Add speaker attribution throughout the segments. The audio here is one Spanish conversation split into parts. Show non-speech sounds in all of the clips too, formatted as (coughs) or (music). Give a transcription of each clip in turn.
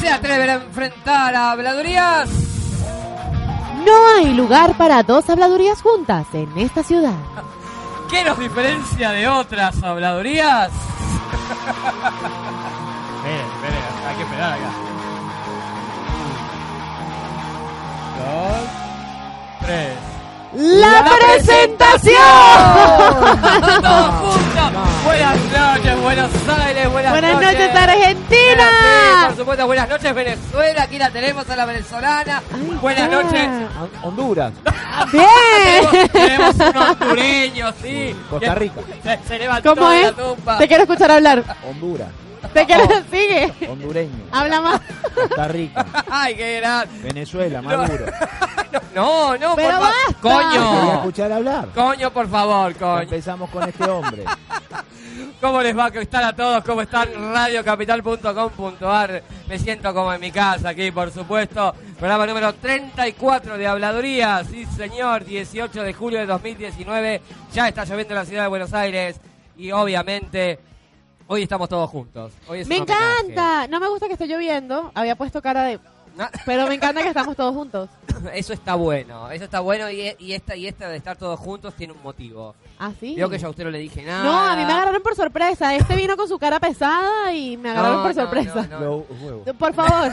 Speaker 1: Se atreven a enfrentar a habladurías.
Speaker 2: No hay lugar para dos habladurías juntas en esta ciudad.
Speaker 1: ¿Qué nos diferencia de otras habladurías?
Speaker 3: (laughs) Espere, espere, hay que esperar acá. Dos, tres.
Speaker 2: ¡La, presentación!
Speaker 1: Todos juntos. Buenas noches, Buenos Aires. Buenas,
Speaker 2: Buenas noches,
Speaker 1: Buenas noches, Por
Speaker 2: Argentina.
Speaker 1: supuesto, buenas noches, Venezuela. Aquí la tenemos a la venezolana. buenas
Speaker 2: está.
Speaker 1: noches.
Speaker 4: Honduras,
Speaker 2: Bien.
Speaker 1: Tenemos un hondureño, sí. (laughs)
Speaker 4: Costa Rica,
Speaker 1: Se, se levantó
Speaker 2: ¿Cómo
Speaker 1: de
Speaker 2: es?
Speaker 1: la tumba.
Speaker 2: Te quiero escuchar hablar.
Speaker 4: Honduras,
Speaker 2: Te quiero (laughs) sigue.
Speaker 4: hondureño,
Speaker 2: Habla más.
Speaker 4: Costa Rica,
Speaker 1: Ay, qué gran.
Speaker 4: Venezuela, Maduro.
Speaker 1: No, no,
Speaker 2: Pero
Speaker 1: por
Speaker 2: basta.
Speaker 4: Quería
Speaker 1: Coño.
Speaker 4: escuchar hablar.
Speaker 1: Coño, por favor, coño.
Speaker 4: Empezamos con este hombre.
Speaker 1: ¿Cómo les va? ¿Cómo están a todos? ¿Cómo están? Radiocapital.com.ar Me siento como en mi casa aquí, por supuesto. Programa número 34 de Habladuría. Sí, señor. 18 de julio de 2019. Ya está lloviendo en la ciudad de Buenos Aires. Y obviamente, hoy estamos todos juntos. Hoy es
Speaker 2: Me
Speaker 1: un homenaje.
Speaker 2: encanta. No me gusta que esté lloviendo. Había puesto cara de.
Speaker 1: Na-
Speaker 2: Pero me encanta que estamos todos juntos.
Speaker 1: (laughs) Eso está bueno. Eso está bueno. Y, y esta, y esta de estar todos juntos tiene un motivo.
Speaker 2: Así.
Speaker 1: Yo que yo a usted no le dije nada.
Speaker 2: No, a mí me agarraron por sorpresa. Este vino con su cara pesada y me agarraron
Speaker 1: No,
Speaker 2: por
Speaker 1: no,
Speaker 2: sorpresa.
Speaker 1: no, no.
Speaker 4: Los huevos
Speaker 2: Por favor,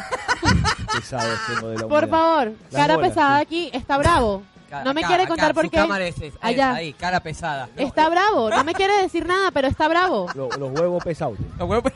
Speaker 4: pesados tengo de la
Speaker 2: por
Speaker 4: humanidad.
Speaker 2: favor.
Speaker 4: Las
Speaker 2: Cara
Speaker 4: bolas,
Speaker 2: pesada
Speaker 4: sí.
Speaker 2: aquí. Está bravo.
Speaker 1: Acá,
Speaker 2: No me
Speaker 1: acá,
Speaker 2: quiere
Speaker 1: acá,
Speaker 2: contar por
Speaker 1: su
Speaker 2: qué.
Speaker 1: cámara es, es- es
Speaker 2: Allá.
Speaker 1: ahí, cara pesada.
Speaker 2: (laughs) Está bravo. No me quiere decir nada, pero
Speaker 1: (laughs)
Speaker 2: está bravo.
Speaker 4: Lo- Los, huevos pesados.
Speaker 1: Los (laughs) huevos,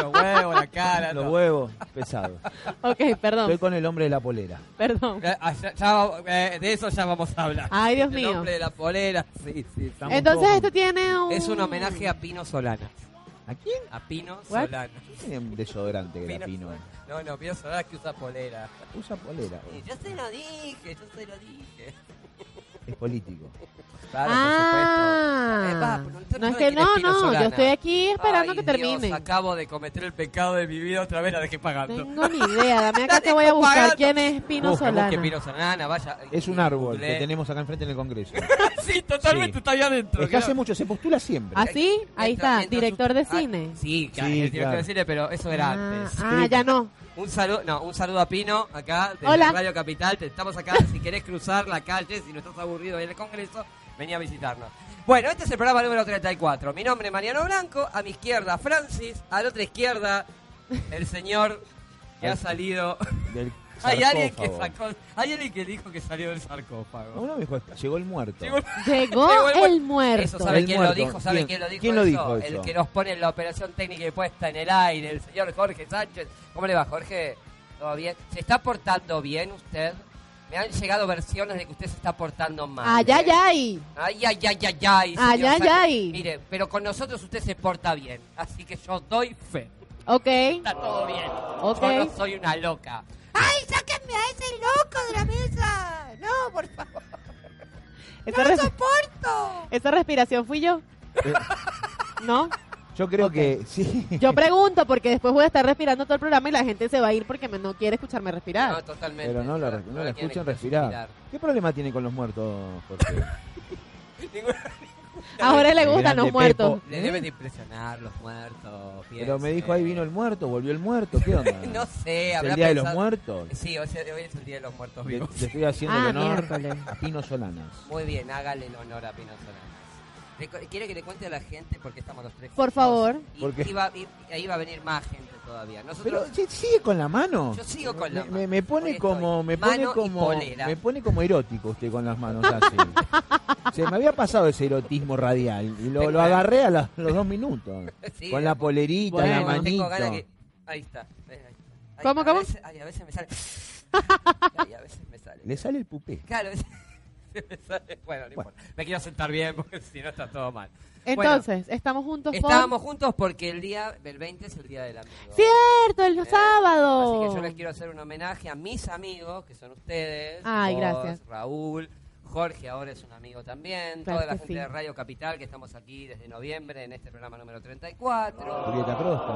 Speaker 1: los huevos, la cara.
Speaker 4: Los
Speaker 1: no.
Speaker 4: huevos pesados.
Speaker 2: Ok,
Speaker 4: Estoy
Speaker 2: perdón.
Speaker 4: con el hombre de la polera.
Speaker 2: Perdón.
Speaker 1: Eh, ah, ya- ya- eh, de eso ya vamos a hablar.
Speaker 2: Ay, Dios
Speaker 1: El
Speaker 2: mío.
Speaker 1: nombre de la polera, sí, sí.
Speaker 2: Entonces
Speaker 4: Estamos
Speaker 2: este-
Speaker 4: todos
Speaker 2: esto tiene un...
Speaker 1: Es un homenaje a Pino Solana.
Speaker 4: juntos. ¿A quién?
Speaker 1: A Pino
Speaker 2: What?
Speaker 1: Solana.
Speaker 4: ¿Quién tiene un desodorante que la pino? eh?
Speaker 1: No, no, Pino Solana que usa polera.
Speaker 4: Usa polera.
Speaker 1: Sí, Yo se lo dije, yo se lo dije.
Speaker 4: Es político.
Speaker 1: Claro, por supuesto. Eh,
Speaker 2: Ah,
Speaker 1: va, pero usted
Speaker 2: no es
Speaker 1: sabe
Speaker 2: que
Speaker 1: quién es
Speaker 2: no,
Speaker 1: Pino
Speaker 2: no, yo
Speaker 1: Solana.
Speaker 2: estoy aquí esperando
Speaker 1: Ay,
Speaker 2: que
Speaker 1: Dios,
Speaker 2: termine.
Speaker 1: acabo de cometer el pecado de mi vida, otra vez la dejé pagando.
Speaker 2: Tengo ni idea, dame acá
Speaker 1: La
Speaker 2: que voy a
Speaker 1: dejo
Speaker 2: buscar
Speaker 1: pagando.
Speaker 2: quién es Pino
Speaker 1: Busque, busque
Speaker 2: Solana.
Speaker 1: Pino Solana, vaya.
Speaker 4: Es un
Speaker 1: y
Speaker 4: árbol
Speaker 1: google.
Speaker 4: que tenemos acá enfrente en
Speaker 1: (laughs)
Speaker 4: el Congreso.
Speaker 1: sí, totalmente,
Speaker 4: Sí.
Speaker 1: está ahí adentro.
Speaker 4: Es que
Speaker 1: claro.
Speaker 4: hace mucho, se postula siempre.
Speaker 2: ¿Así? ¿Ah,
Speaker 1: Mientras-
Speaker 2: Ahí está,
Speaker 1: mientras
Speaker 2: director de
Speaker 1: usted- ah,
Speaker 2: cine.
Speaker 1: sí, claro,
Speaker 4: Sí,
Speaker 1: el director
Speaker 4: claro.
Speaker 1: de cine, pero eso era
Speaker 2: Ah,
Speaker 1: antes.
Speaker 2: ah, ya no.
Speaker 1: Un saludo, no, un saludo a Pino, acá, de
Speaker 2: Hola.
Speaker 1: Radio Capital. Te estamos acá, si querés cruzar la calle, si no estás aburrido en el Congreso, vení a visitarnos. Bueno, este es el programa número 34. Mi nombre es Mariano Blanco, a mi izquierda Francis, a la otra izquierda el señor que ha salido...
Speaker 4: Del
Speaker 1: Hay alguien que
Speaker 4: sarcófago.
Speaker 1: sacó, hay alguien que dijo que salió del sarcófago.
Speaker 4: Uno me dijo, llegó el muerto.
Speaker 1: Llegó el- (laughs)
Speaker 2: Llegó
Speaker 1: Llegó el
Speaker 2: Oh, el muerto.
Speaker 1: Eso sabe
Speaker 4: El
Speaker 1: quién
Speaker 4: muerto.
Speaker 1: lo dijo, sabe
Speaker 4: ¿Quién?
Speaker 1: quién lo dijo.
Speaker 4: ¿Quién lo
Speaker 1: eso?
Speaker 4: dijo
Speaker 1: El
Speaker 4: eso?
Speaker 1: que nos pone en la operación técnica y puesta en el aire, el señor Jorge Sánchez. ¿Cómo le va, Jorge? ¿Todo bien? ¿Se está portando bien usted? Me han llegado versiones de que usted se está portando mal.
Speaker 2: Ay, ay,
Speaker 1: ¿eh?
Speaker 2: ay.
Speaker 1: Ay, ay, ay, ay, ay. señor
Speaker 2: Ay, ay,
Speaker 1: Sánchez.
Speaker 2: ay.
Speaker 1: Mire, pero con nosotros usted se porta bien, así que yo doy fe.
Speaker 2: Ok.
Speaker 1: Está todo bien.
Speaker 2: Ok.
Speaker 1: Yo no soy una loca.
Speaker 5: ¡Ay, sáquenme a ese loco de la mesa! No, por favor.
Speaker 2: Esa,
Speaker 5: ¡No lo
Speaker 2: res-
Speaker 5: soporto!
Speaker 2: esa respiración fui yo.
Speaker 4: (laughs) Eh,
Speaker 2: ¿No?
Speaker 4: Yo creo
Speaker 2: Ok.
Speaker 4: que sí.
Speaker 2: Yo pregunto porque después voy a estar respirando todo el programa y la gente se va a ir porque me- no quiere escucharme
Speaker 1: No,
Speaker 2: respirar.
Speaker 1: totalmente.
Speaker 4: (laughs) Pero no la, no la
Speaker 1: quieren
Speaker 4: escuchan respirar. ¿Qué problema tiene con los muertos,
Speaker 1: (laughs)
Speaker 4: Jorge?
Speaker 2: Ahora le
Speaker 4: Qué
Speaker 2: gustan
Speaker 4: grande,
Speaker 2: los muertos.
Speaker 4: Pepo.
Speaker 1: Le deben de impresionar los muertos.
Speaker 4: Pero me
Speaker 1: piense.
Speaker 4: dijo, ahí vino el muerto, volvió el muerto, ¿qué onda?
Speaker 1: eh. (laughs) No sé,
Speaker 4: ¿Es
Speaker 1: habrá
Speaker 4: el día de
Speaker 1: pensado-
Speaker 4: los muertos?
Speaker 1: Sí, hoy es hoy es el Día de los Muertos
Speaker 4: Le,
Speaker 1: Vivos.
Speaker 4: le estoy haciendo
Speaker 2: Ah,
Speaker 4: el honor
Speaker 2: miércoles.
Speaker 4: a Pino Solanas.
Speaker 1: Muy bien, hágale el honor a Pino Solanas. Le cu- ¿Quiere que le cuente a la gente por qué estamos los tres?
Speaker 2: Por
Speaker 1: juntos?
Speaker 2: favor.
Speaker 1: Y,
Speaker 4: Porque-
Speaker 1: y va- y- y ahí va a venir más gente todavía.
Speaker 4: Pero
Speaker 1: Nosotros,
Speaker 4: ¿sí- sigue con la mano.
Speaker 1: yo sigo con la
Speaker 4: Me-
Speaker 1: mano.
Speaker 4: me, me
Speaker 1: Hoy
Speaker 4: pone
Speaker 1: estoy
Speaker 4: como me pone
Speaker 1: mano y
Speaker 4: como
Speaker 1: polera.
Speaker 4: me pone como erótico usted con las manos así.
Speaker 1: (laughs)
Speaker 4: Se me había pasado ese erotismo radial y lo, lo agarré a la- los dos minutos
Speaker 1: Sí,
Speaker 4: con la polerita,
Speaker 1: Bueno,
Speaker 4: la
Speaker 1: no tengo
Speaker 4: manito.
Speaker 1: ganas que- Ahí está. ven, ahí está. Ahí-
Speaker 2: ¿Cómo,
Speaker 1: a
Speaker 2: cómo?
Speaker 1: veces- ay, a veces me
Speaker 2: (laughs)
Speaker 1: sale. Ay, a veces me sale.
Speaker 4: Le sale el pupé.
Speaker 1: Claro. (laughs) es- bueno, no importa. Me quiero sentar bien porque si no está todo mal.
Speaker 2: Entonces, estamos juntos
Speaker 1: Bueno,
Speaker 2: por...
Speaker 1: estábamos juntos porque el día del 20 es el día del amigo.
Speaker 2: ¡Cierto! ¡El
Speaker 1: Eh,
Speaker 2: sábado!
Speaker 1: Así que yo les quiero hacer un homenaje a mis amigos, que son ustedes.
Speaker 2: Ay,
Speaker 1: vos,
Speaker 2: gracias.
Speaker 1: Raúl, Jorge ahora es un amigo también.
Speaker 2: Claro
Speaker 1: Toda la
Speaker 2: que
Speaker 1: gente
Speaker 2: sí.
Speaker 1: de Radio Capital que estamos aquí desde noviembre en este programa número 34.
Speaker 4: Julieta Crosta.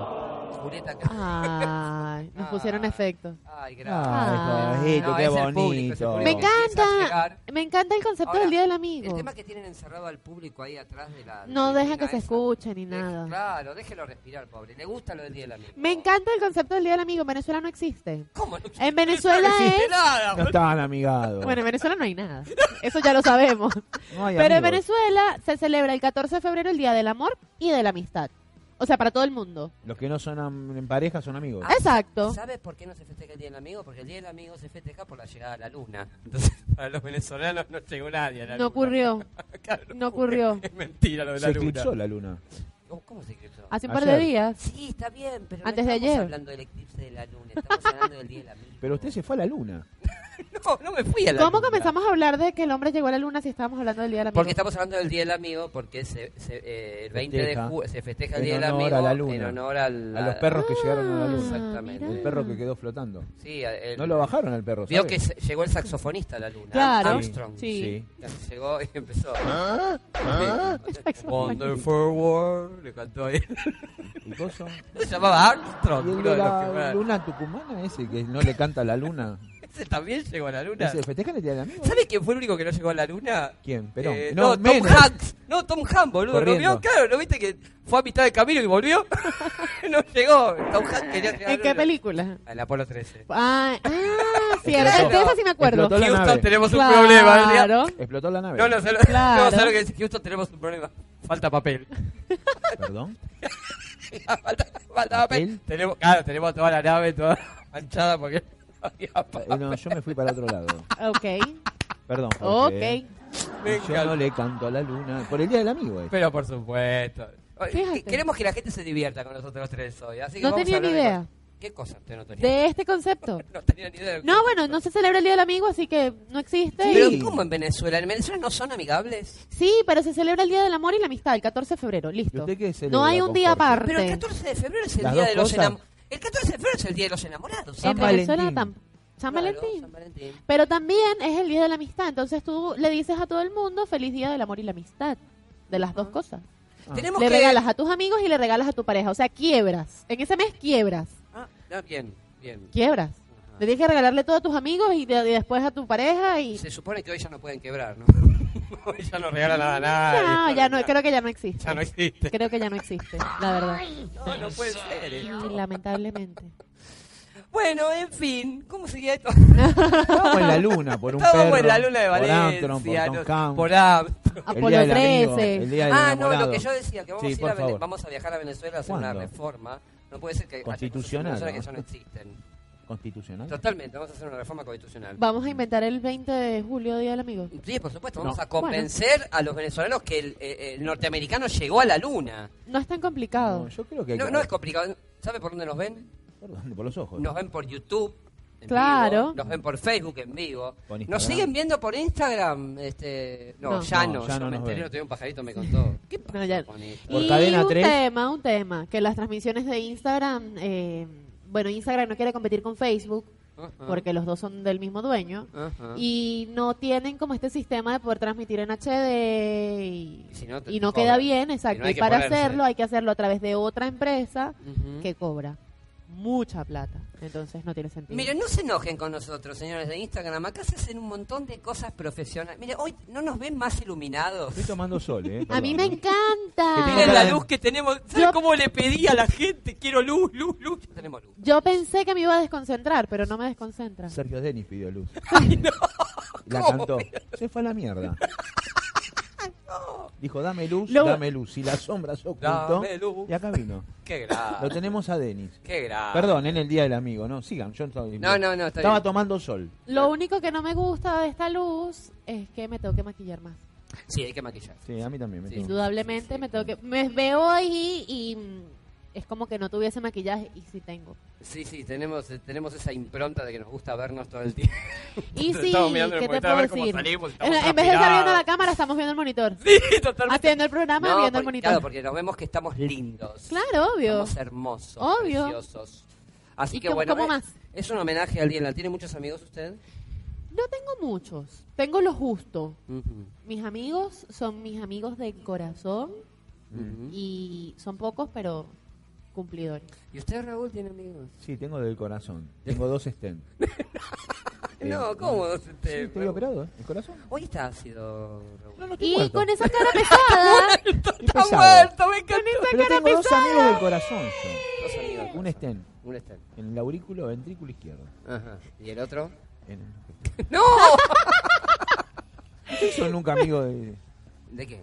Speaker 1: Julieta que-
Speaker 2: Ay,
Speaker 1: Ah.
Speaker 2: nos pusieron efectos.
Speaker 1: Ay, gracias.
Speaker 4: Ay, Jorgito,
Speaker 1: No,
Speaker 4: qué
Speaker 1: es el público, es el
Speaker 4: bonito.
Speaker 1: público.
Speaker 2: Ah. Me
Speaker 1: Empieza a
Speaker 2: encanta,
Speaker 1: llegar.
Speaker 2: me encanta el concepto
Speaker 1: Ahora,
Speaker 2: del Día del
Speaker 1: El
Speaker 2: Amigo.
Speaker 1: tema es que tienen encerrado al público ahí atrás de la.
Speaker 2: No
Speaker 1: de la
Speaker 2: deja que
Speaker 1: esquina
Speaker 2: se
Speaker 1: esa.
Speaker 2: escuche ni
Speaker 1: Deja-
Speaker 2: nada.
Speaker 1: Claro, déjelo respirar, pobre. Le gusta lo del día del amigo.
Speaker 2: Me encanta el concepto del Día del Amigo. En Venezuela no existe.
Speaker 1: ¿Cómo? No
Speaker 2: En Venezuela
Speaker 1: existe
Speaker 2: es...
Speaker 1: nada,
Speaker 4: No
Speaker 1: boludo.
Speaker 4: estaban amigados.
Speaker 2: Bueno, en Venezuela no
Speaker 1: (laughs)
Speaker 2: hay nada. Eso ya lo sabemos.
Speaker 4: No hay
Speaker 2: Pero en
Speaker 4: amigos.
Speaker 2: Venezuela se celebra el 14 de febrero el Día del Amor y de la Amistad. O sea, para todo el mundo.
Speaker 4: Los que no son am- en pareja son amigos.
Speaker 2: Ah,
Speaker 1: Ah.
Speaker 2: Exacto.
Speaker 1: ¿Sabes por qué no se festeja el Día del Amigo? Porque el Día del Amigo se festeja por la llegada de la luna. Entonces, (laughs) para los venezolanos no llegó nadie a la
Speaker 2: No
Speaker 1: luna.
Speaker 2: ocurrió.
Speaker 1: (laughs) Claro,
Speaker 2: No ocurrió.
Speaker 1: (laughs) Es mentira lo de la
Speaker 4: Se
Speaker 1: luna.
Speaker 4: eclipsó la luna.
Speaker 1: Oh, ¿Cómo se eclipsó?
Speaker 2: Hace un par de
Speaker 4: Ayer.
Speaker 2: días.
Speaker 1: Sí, está bien, pero
Speaker 2: Antes
Speaker 1: no
Speaker 2: de
Speaker 1: estamos
Speaker 2: ayer.
Speaker 1: hablando del eclipse de la luna, estamos hablando del Día del Amigo.
Speaker 4: Pero usted se fue a la luna.
Speaker 1: (laughs) No, no me fui a la
Speaker 2: ¿Cómo
Speaker 1: luna.
Speaker 2: comenzamos a hablar de que el hombre llegó a la luna si estábamos hablando del Día del Amigo?
Speaker 1: Porque
Speaker 2: (laughs)
Speaker 1: estamos hablando del Día del Amigo, porque se, se, eh, el 20 de
Speaker 4: Festeja
Speaker 1: julio se festeja el
Speaker 4: en
Speaker 1: Día del
Speaker 4: honor
Speaker 1: Amigo
Speaker 4: a la luna.
Speaker 1: en honor al-
Speaker 4: A los perros que llegaron a la luna.
Speaker 1: Exactamente.
Speaker 2: mirá.
Speaker 4: El perro que quedó flotando.
Speaker 1: Sí, a- el-
Speaker 4: No lo bajaron al perro.
Speaker 1: Eh, Vio
Speaker 4: ¿sabe?
Speaker 1: que se- llegó el saxofonista a la luna,
Speaker 2: Claro.
Speaker 1: Armstrong.
Speaker 2: Sí.
Speaker 1: Llegó y empezó.
Speaker 2: Exacto.
Speaker 1: Wonderful World, le cantó ahí. (laughs)
Speaker 4: ¿Y coso?
Speaker 1: Se llamaba
Speaker 4: ¿Y
Speaker 1: Armstrong,
Speaker 4: el
Speaker 1: uno
Speaker 4: de
Speaker 1: de los
Speaker 4: la
Speaker 1: que más-
Speaker 4: luna tucumana ese que no le canta a la luna?
Speaker 1: Ese también llegó a la luna.
Speaker 4: ¿Ese festejan el día del amigo?
Speaker 1: ¿Sabes quién fue el único que no llegó a la luna?
Speaker 4: ¿Quién? Perón.
Speaker 1: Eh,
Speaker 4: No,
Speaker 1: no, Tom
Speaker 4: Menem.
Speaker 1: Hanks. No, Tom Hanks, boludo. ¿Lo
Speaker 4: Corriendo.
Speaker 1: vio? Claro, ¿no viste que fue a mitad de camino y volvió? (laughs) no llegó. Tom Hanks quería llegar a la
Speaker 2: ¿En qué
Speaker 1: luna.
Speaker 2: película?
Speaker 1: Al Apolo 13.
Speaker 2: Ah, ah cierto.
Speaker 4: Explotó.
Speaker 2: De esa sí me acuerdo.
Speaker 4: Explotó la
Speaker 1: Houston,
Speaker 4: nave.
Speaker 1: tenemos un
Speaker 2: Claro.
Speaker 1: problema. ¿verdad?
Speaker 4: Explotó la nave.
Speaker 1: No, (laughs) no, sé lo-
Speaker 2: Claro.
Speaker 1: no, sé lo que dice Houston, tenemos un problema. Falta papel.
Speaker 4: Perdón.
Speaker 1: falta, falta papel.
Speaker 4: ¿Papel?
Speaker 1: Tenemos, claro, tenemos toda la nave toda (laughs) manchada porque (laughs) no había papel.
Speaker 4: Eh, no, yo me fui para otro lado.
Speaker 2: Ok.
Speaker 4: Perdón.
Speaker 2: Ok.
Speaker 4: Jorge. eh.
Speaker 1: Me
Speaker 4: Yo no
Speaker 1: encanta.
Speaker 4: le canto a la luna. Por el día del amigo, eh.
Speaker 1: Pero por supuesto. Oye,
Speaker 2: Fíjate.
Speaker 1: Queremos que la gente se divierta con nosotros tres hoy. Así que
Speaker 2: No
Speaker 1: vamos a
Speaker 2: tenía ni
Speaker 1: hablar de
Speaker 2: idea.
Speaker 1: cosas. ¿Qué cosas usted no tenía?
Speaker 2: De este concepto.
Speaker 1: No tenía ni idea.
Speaker 2: No, bueno, no se celebra el Día del Amigo, así que no existe.
Speaker 1: Pero
Speaker 2: y-
Speaker 1: ¿cómo en Venezuela? ¿En Venezuela no son amigables?
Speaker 2: Sí, pero se celebra el Día del Amor y la Amistad, el 14 de febrero,
Speaker 4: ¿Y
Speaker 2: listo.
Speaker 4: usted qué celebra
Speaker 2: no hay un
Speaker 4: con
Speaker 2: día
Speaker 4: Jorge?
Speaker 2: aparte.
Speaker 1: Pero el 14 de febrero es el
Speaker 4: Las
Speaker 1: día
Speaker 4: dos
Speaker 1: de los
Speaker 4: cosas.
Speaker 1: enamorados. El 14 de febrero es el día de los enamorados.
Speaker 4: San
Speaker 2: en Venezuela
Speaker 4: Valentín.
Speaker 2: tam- San
Speaker 1: Claro,
Speaker 2: Valentín.
Speaker 1: San Valentín.
Speaker 2: Pero también es el Día de la Amistad, entonces tú le dices a todo el mundo feliz Día del Amor y la Amistad, de las dos cosas.
Speaker 4: Ah.
Speaker 1: Tenemos
Speaker 2: Le
Speaker 1: que...
Speaker 2: regalas a tus amigos y le regalas a tu pareja, o sea, quiebras. En ese mes quiebras,
Speaker 1: Ah, ah, bien, bien.
Speaker 2: quiebras.
Speaker 1: Ajá.
Speaker 2: Le tienes que regalarle todo a tus amigos y, de- y después a tu pareja y...
Speaker 1: Se supone que hoy ya no pueden quebrar,
Speaker 2: (laughs)
Speaker 1: ¿no? hoy ya no regalan nada a nadie.
Speaker 2: No, ya no, creo que ya no existe.
Speaker 1: Ya no existe.
Speaker 2: Creo que ya no existe, la verdad.
Speaker 1: No, no puede ser.
Speaker 4: (laughs)
Speaker 2: Sí,
Speaker 1: esto.
Speaker 2: lamentablemente.
Speaker 1: Bueno, en fin, ¿cómo seguía esto?
Speaker 4: Estábamos en la luna por
Speaker 1: (laughs)
Speaker 4: un
Speaker 1: Estábamos
Speaker 4: perro,
Speaker 1: en la luna de
Speaker 4: por
Speaker 1: Valencia.
Speaker 4: Armstrong, por Tom
Speaker 1: no-
Speaker 4: Hanks,
Speaker 1: por Armstrong.
Speaker 4: el día
Speaker 2: Apolo
Speaker 4: del amigo,
Speaker 2: 13.
Speaker 4: el día del
Speaker 1: Ah, no,
Speaker 4: enamorado.
Speaker 1: lo que yo decía, que vamos,
Speaker 4: Sí,
Speaker 1: a, ir
Speaker 4: por
Speaker 1: a Vene-
Speaker 4: favor.
Speaker 1: vamos a viajar a Venezuela a hacer una
Speaker 4: ¿Cuándo?
Speaker 1: reforma. No puede ser que haya cosas en
Speaker 4: Constitucional,
Speaker 1: Venezuela que
Speaker 4: ¿no?
Speaker 1: ya no existen.
Speaker 4: Constitucional.
Speaker 1: Totalmente, vamos a hacer una reforma constitucional.
Speaker 2: Vamos a inventar el 20 de julio, Día del Amigo.
Speaker 1: Sí, por supuesto, vamos
Speaker 4: No.
Speaker 1: a convencer a los venezolanos que el, eh, el norteamericano llegó a la luna.
Speaker 2: No es tan
Speaker 4: No,
Speaker 2: complicado.
Speaker 4: yo creo que hay
Speaker 1: No,
Speaker 4: que-
Speaker 1: no es complicado. ¿Sabe por dónde nos ven?
Speaker 4: ¿Por dónde? Por los ojos. ¿eh?
Speaker 1: Nos ven por YouTube. en
Speaker 2: Claro.
Speaker 1: vivo, nos ven por Facebook en vivo.
Speaker 4: Por Instagram.
Speaker 1: Nos siguen viendo por Instagram. Este, no,
Speaker 2: No.
Speaker 1: ya
Speaker 4: No,
Speaker 1: no.
Speaker 4: ya
Speaker 1: yo
Speaker 4: no
Speaker 1: me
Speaker 4: nos
Speaker 1: enteré,
Speaker 4: ven.
Speaker 1: no tenía un pajarito, me
Speaker 2: (laughs)
Speaker 1: contó. ¿Qué pasó
Speaker 2: No, ya-
Speaker 1: con esto?
Speaker 4: Por
Speaker 2: y
Speaker 4: cadena
Speaker 2: un
Speaker 4: tres.
Speaker 2: tema, un tema, que las transmisiones de Instagram, eh, bueno, Instagram no quiere competir con Facebook
Speaker 4: Ah.
Speaker 1: Ajá,
Speaker 2: porque los dos son del mismo dueño
Speaker 1: ajá.
Speaker 2: y no tienen como este sistema de poder transmitir en HD y,
Speaker 1: Y si no, te-
Speaker 2: y no
Speaker 1: te
Speaker 2: queda
Speaker 1: cobran.
Speaker 2: bien,
Speaker 1: Y
Speaker 2: exacto.
Speaker 1: no hay
Speaker 2: y
Speaker 1: que
Speaker 2: para
Speaker 1: ponerse.
Speaker 2: hacerlo hay que hacerlo a través de otra empresa
Speaker 1: Ujú.
Speaker 2: que cobra mucha plata, entonces no tiene sentido.
Speaker 1: Mire, no se enojen con nosotros, señores de Instagram. Acá se hacen un montón de cosas profesionales. Mire, hoy no nos ven más iluminados.
Speaker 4: Estoy tomando sol, eh.
Speaker 2: a
Speaker 4: perdón,
Speaker 2: mí me
Speaker 4: ¿no?
Speaker 2: encanta.
Speaker 4: Que tenga
Speaker 1: Miren la
Speaker 4: de-
Speaker 1: luz que tenemos. ¿Saben
Speaker 2: Yo-
Speaker 1: cómo le pedí a la gente? Quiero luz, luz, luz. Ya tenemos luz.
Speaker 2: Yo pensé que me iba a desconcentrar, pero no me desconcentra.
Speaker 4: Sergio Denis pidió luz.
Speaker 1: (laughs) Ay, no.
Speaker 4: La
Speaker 1: ¿Cómo?
Speaker 4: cantó. Se fue a
Speaker 1: (laughs)
Speaker 4: la mierda. Dijo, dame luz,
Speaker 2: Lo-
Speaker 4: dame luz. Y la sombra se ocultó.
Speaker 1: Dame luz.
Speaker 4: Y acá vino.
Speaker 1: Qué
Speaker 4: Lo
Speaker 1: grave.
Speaker 4: tenemos a Denis.
Speaker 1: Qué grave.
Speaker 4: Perdón, en el día del amigo, no, sigan, yo estaba-
Speaker 1: Ah, No, no, no, está
Speaker 4: estaba
Speaker 1: bien.
Speaker 4: tomando sol.
Speaker 2: Lo único que no me gusta de esta luz es que me tengo que maquillar más.
Speaker 1: Sí, hay que maquillar.
Speaker 4: Sí, a mí también me
Speaker 1: Sí.
Speaker 4: tengo-
Speaker 2: Indudablemente me tengo que me veo ahí y mm, es como que no tuviese maquillaje y sí tengo.
Speaker 1: Sí, sí, tenemos, eh, tenemos esa impronta de que nos gusta vernos todo el tiempo. (laughs)
Speaker 2: Y sí,
Speaker 1: Estamos mirando el
Speaker 2: ¿qué te
Speaker 1: monitor a
Speaker 2: puedo
Speaker 1: ver cómo
Speaker 2: decir?
Speaker 1: salimos, estamos
Speaker 2: En, en vez de estar viendo la
Speaker 1: transpirados.
Speaker 2: cámara, estamos viendo el monitor.
Speaker 1: Sí, totalmente.
Speaker 2: Haciendo el programa
Speaker 1: No,
Speaker 2: viendo el
Speaker 1: porque-
Speaker 2: monitor.
Speaker 1: Claro, porque nos vemos que estamos lindos.
Speaker 2: Claro, obvio.
Speaker 1: Somos hermosos,
Speaker 2: Obvio.
Speaker 1: preciosos. Así
Speaker 2: ¿Y
Speaker 1: que
Speaker 2: cómo-
Speaker 1: bueno,
Speaker 2: cómo
Speaker 1: eh,
Speaker 2: más?
Speaker 1: es un homenaje al día. ¿Tiene muchos amigos usted?
Speaker 2: No tengo muchos, tengo lo justo.
Speaker 1: Ujú,
Speaker 2: Mis amigos son mis amigos de corazón
Speaker 1: ujú.
Speaker 2: y son pocos, pero cumplidores.
Speaker 1: ¿Y usted, Raúl, tiene amigos?
Speaker 4: Sí, tengo del corazón. Tengo dos
Speaker 1: (laughs)
Speaker 4: stents.
Speaker 1: No, ¿cómo? Se
Speaker 4: Sí,
Speaker 1: te-
Speaker 4: estoy operado, ¿eh? ¿El corazón?
Speaker 1: Hoy está ácido, Raúl.
Speaker 4: No, no
Speaker 2: Y
Speaker 4: muerto.
Speaker 2: con esa cara pesada,
Speaker 4: Estoy
Speaker 1: Está
Speaker 4: pesado.
Speaker 1: muerto, me encanta.
Speaker 4: Pero tengo dos amigos del corazón yo.
Speaker 1: Dos amigos.
Speaker 4: Un stent
Speaker 1: Un stand.
Speaker 4: en el aurículo ventrículo izquierdo.
Speaker 1: Ajá. ¿Y el otro?
Speaker 4: En-
Speaker 1: (laughs) ¡No!
Speaker 4: ¿Ustedes son nunca amigos de,
Speaker 1: ¿De qué?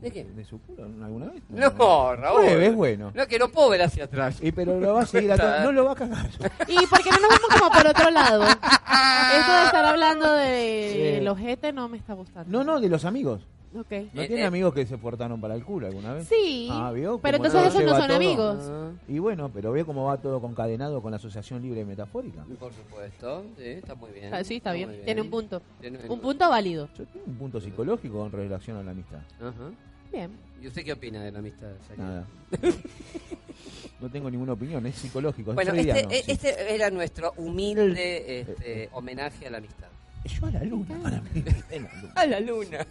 Speaker 1: ¿De qué?
Speaker 4: de su culo alguna vez?
Speaker 1: No, Raúl.
Speaker 4: Bueno, es bueno.
Speaker 1: No, que no puedo ver hacia atrás.
Speaker 4: Y pero lo va a seguir
Speaker 1: Está. (laughs)
Speaker 4: atrás. No lo va a cagar.
Speaker 2: ¿y por qué no nos vamos como por otro lado? Esto de estar hablando de
Speaker 4: Sí.
Speaker 2: los jetes no me está gustando.
Speaker 4: No, no, de los amigos.
Speaker 2: Ok.
Speaker 4: ¿No
Speaker 1: Eh,
Speaker 4: tiene
Speaker 1: eh.
Speaker 4: amigos que se portaron para el culo alguna vez?
Speaker 2: Sí,
Speaker 4: Ah, ¿vio?
Speaker 2: pero
Speaker 4: Como
Speaker 2: entonces
Speaker 4: no
Speaker 2: esos no
Speaker 4: lleva
Speaker 2: son
Speaker 4: todo.
Speaker 2: amigos.
Speaker 1: Ah,
Speaker 4: Y bueno, pero ve cómo va todo concadenado con la asociación libre y metafórica.
Speaker 1: por supuesto. Sí, está muy bien.
Speaker 2: Ah, sí, está
Speaker 1: muy
Speaker 2: bien. Tiene un punto.
Speaker 1: Tiene
Speaker 2: Un punto válido.
Speaker 4: Yo tengo un punto psicológico en relación a la amistad.
Speaker 1: Ajá.
Speaker 2: Bien.
Speaker 1: ¿Y usted qué opina de la amistad? Shakira?
Speaker 4: Nada. No tengo ninguna opinión, es psicológico. es
Speaker 1: Bueno,
Speaker 4: freudiano,
Speaker 1: este,
Speaker 4: sí.
Speaker 1: este era nuestro humilde este, homenaje a la amistad.
Speaker 4: Yo a la
Speaker 1: Ah.
Speaker 4: luna, para mí. es la luna.
Speaker 1: A la luna.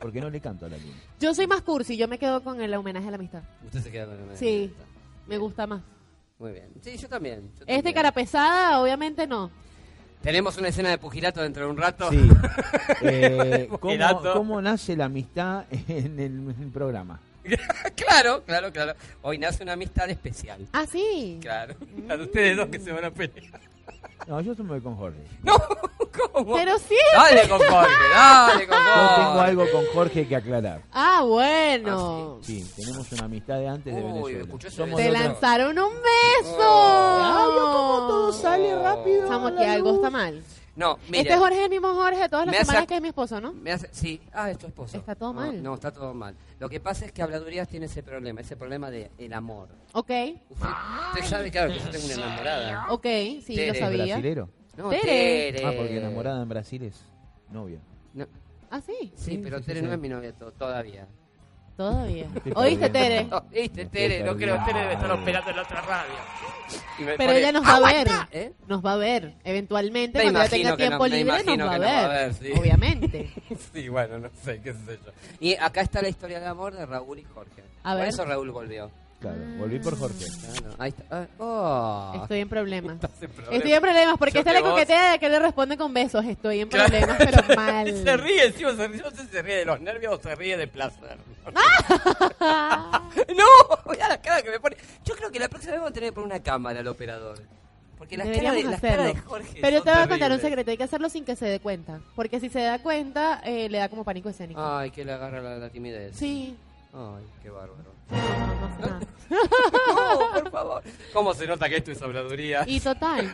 Speaker 4: Porque no le canto a la luna.
Speaker 2: Yo soy más cursi, yo me quedo con el homenaje a la amistad.
Speaker 1: Usted se queda con el homenaje. a la
Speaker 2: Sí,
Speaker 1: amistad.
Speaker 2: me gusta más.
Speaker 1: Muy bien. Sí, yo también. yo
Speaker 2: Este
Speaker 1: también.
Speaker 2: cara pesada, obviamente no.
Speaker 1: Tenemos una escena de pugilato dentro de un rato.
Speaker 4: Sí. Eh, ¿cómo,
Speaker 1: Dato.
Speaker 4: cómo nace la amistad en el, en el programa?
Speaker 1: (laughs) claro, claro, claro. Hoy nace una amistad especial.
Speaker 2: Ah, sí.
Speaker 1: Claro. La de ustedes dos que se van a pelear.
Speaker 4: No, yo me voy con Jorge.
Speaker 1: No, ¿cómo?
Speaker 2: Pero sí.
Speaker 1: (laughs) Dale con Jorge, dale con
Speaker 4: Yo
Speaker 1: Jorge.
Speaker 4: tengo algo con Jorge que aclarar.
Speaker 2: Ah, bueno.
Speaker 4: Ah, Sí, tenemos una amistad de antes de
Speaker 1: Uy,
Speaker 4: Venezuela.
Speaker 1: escuchó ese
Speaker 4: Somos
Speaker 2: Te
Speaker 1: beso.
Speaker 4: otro-
Speaker 2: lanzaron un beso.
Speaker 1: Oh.
Speaker 4: todo sale rápido.
Speaker 2: Chamo, que algo está mal.
Speaker 1: No, mira.
Speaker 2: Este Jorge es el mismo Jorge de todas las
Speaker 1: Me hace
Speaker 2: semanas
Speaker 1: ac-
Speaker 2: que es mi esposo, ¿no?
Speaker 1: Me hace, sí, ah, es tu esposo.
Speaker 2: Está todo
Speaker 1: Ah,
Speaker 2: mal.
Speaker 1: No, está todo mal. Lo que pasa es que Habladurías tiene ese problema, ese problema de el amor.
Speaker 2: Ok,
Speaker 1: Usted, usted sabe, claro, que yo tengo una enamorada.
Speaker 2: ok, sí,
Speaker 1: Tere.
Speaker 2: lo
Speaker 4: ¿Es
Speaker 2: sabía.
Speaker 4: brasilero?
Speaker 1: No,
Speaker 2: Tere.
Speaker 4: Ah, porque enamorada en Brasil es novia.
Speaker 1: No,
Speaker 2: Ah, sí,
Speaker 1: sí,
Speaker 4: Sí,
Speaker 1: pero
Speaker 4: sí,
Speaker 1: Tere
Speaker 4: sí,
Speaker 1: no
Speaker 4: sí.
Speaker 1: es mi novia to- todavía.
Speaker 2: todavía.
Speaker 4: Estoy
Speaker 2: ¿Oíste, Tere?
Speaker 4: perdiendo.
Speaker 1: No, viste,
Speaker 4: Me
Speaker 1: Tere, no
Speaker 4: estoy
Speaker 1: creo. Tere debe estar
Speaker 4: perdiendo.
Speaker 1: operando en otra radio. Y me
Speaker 2: Pero
Speaker 1: pone-
Speaker 2: ella nos va a ver.
Speaker 1: ¿Eh?
Speaker 2: Nos va a ver. Eventualmente,
Speaker 1: Me
Speaker 2: cuando
Speaker 1: imagino
Speaker 2: ella tenga
Speaker 1: que no-
Speaker 2: tiempo
Speaker 1: me
Speaker 2: libre, nos
Speaker 1: imagino
Speaker 2: va a
Speaker 1: que
Speaker 2: ver.
Speaker 1: nos va a ver, sí.
Speaker 2: Obviamente.
Speaker 1: Sí, bueno, no sé, qué sé yo. Y acá está la historia de amor de Raúl y Jorge.
Speaker 2: A
Speaker 1: Por
Speaker 2: ver.
Speaker 1: eso Raúl volvió.
Speaker 4: Claro,
Speaker 2: Mm.
Speaker 4: volví por Jorge.
Speaker 1: Claro, ahí está. Ah, oh,
Speaker 2: Estoy en problemas.
Speaker 1: estás en problema.
Speaker 2: Estoy en problemas porque
Speaker 1: Yo
Speaker 2: esta
Speaker 1: que
Speaker 2: le
Speaker 1: vos-
Speaker 2: coquetea de que le responde con besos. Estoy en
Speaker 1: Claro.
Speaker 2: problemas, pero mal.
Speaker 1: (laughs) Se ríe, encima se ríe, no sé si se ríe de los nervios o se ríe de placer.
Speaker 2: Ah.
Speaker 1: (laughs) no, mira la cara que me pone. Yo creo que la próxima vez vamos a tener que poner una cámara al operador. Porque las caras de,
Speaker 2: Deberíamos
Speaker 1: las caras
Speaker 2: hacerlo.
Speaker 1: de Jorge.
Speaker 2: Pero
Speaker 1: son
Speaker 2: te voy a contar un
Speaker 1: terribles.
Speaker 2: secreto, hay que hacerlo sin que se dé cuenta. Porque si se da cuenta, eh, le da como pánico escénico.
Speaker 1: Ay, que le agarra la, la timidez.
Speaker 2: Sí.
Speaker 1: Ay, qué bárbaro.
Speaker 2: No, no
Speaker 1: Ah.
Speaker 2: sé nada.
Speaker 1: (laughs) No, por favor. ¿Cómo se nota que esto es habladuría? (laughs)
Speaker 2: Y total,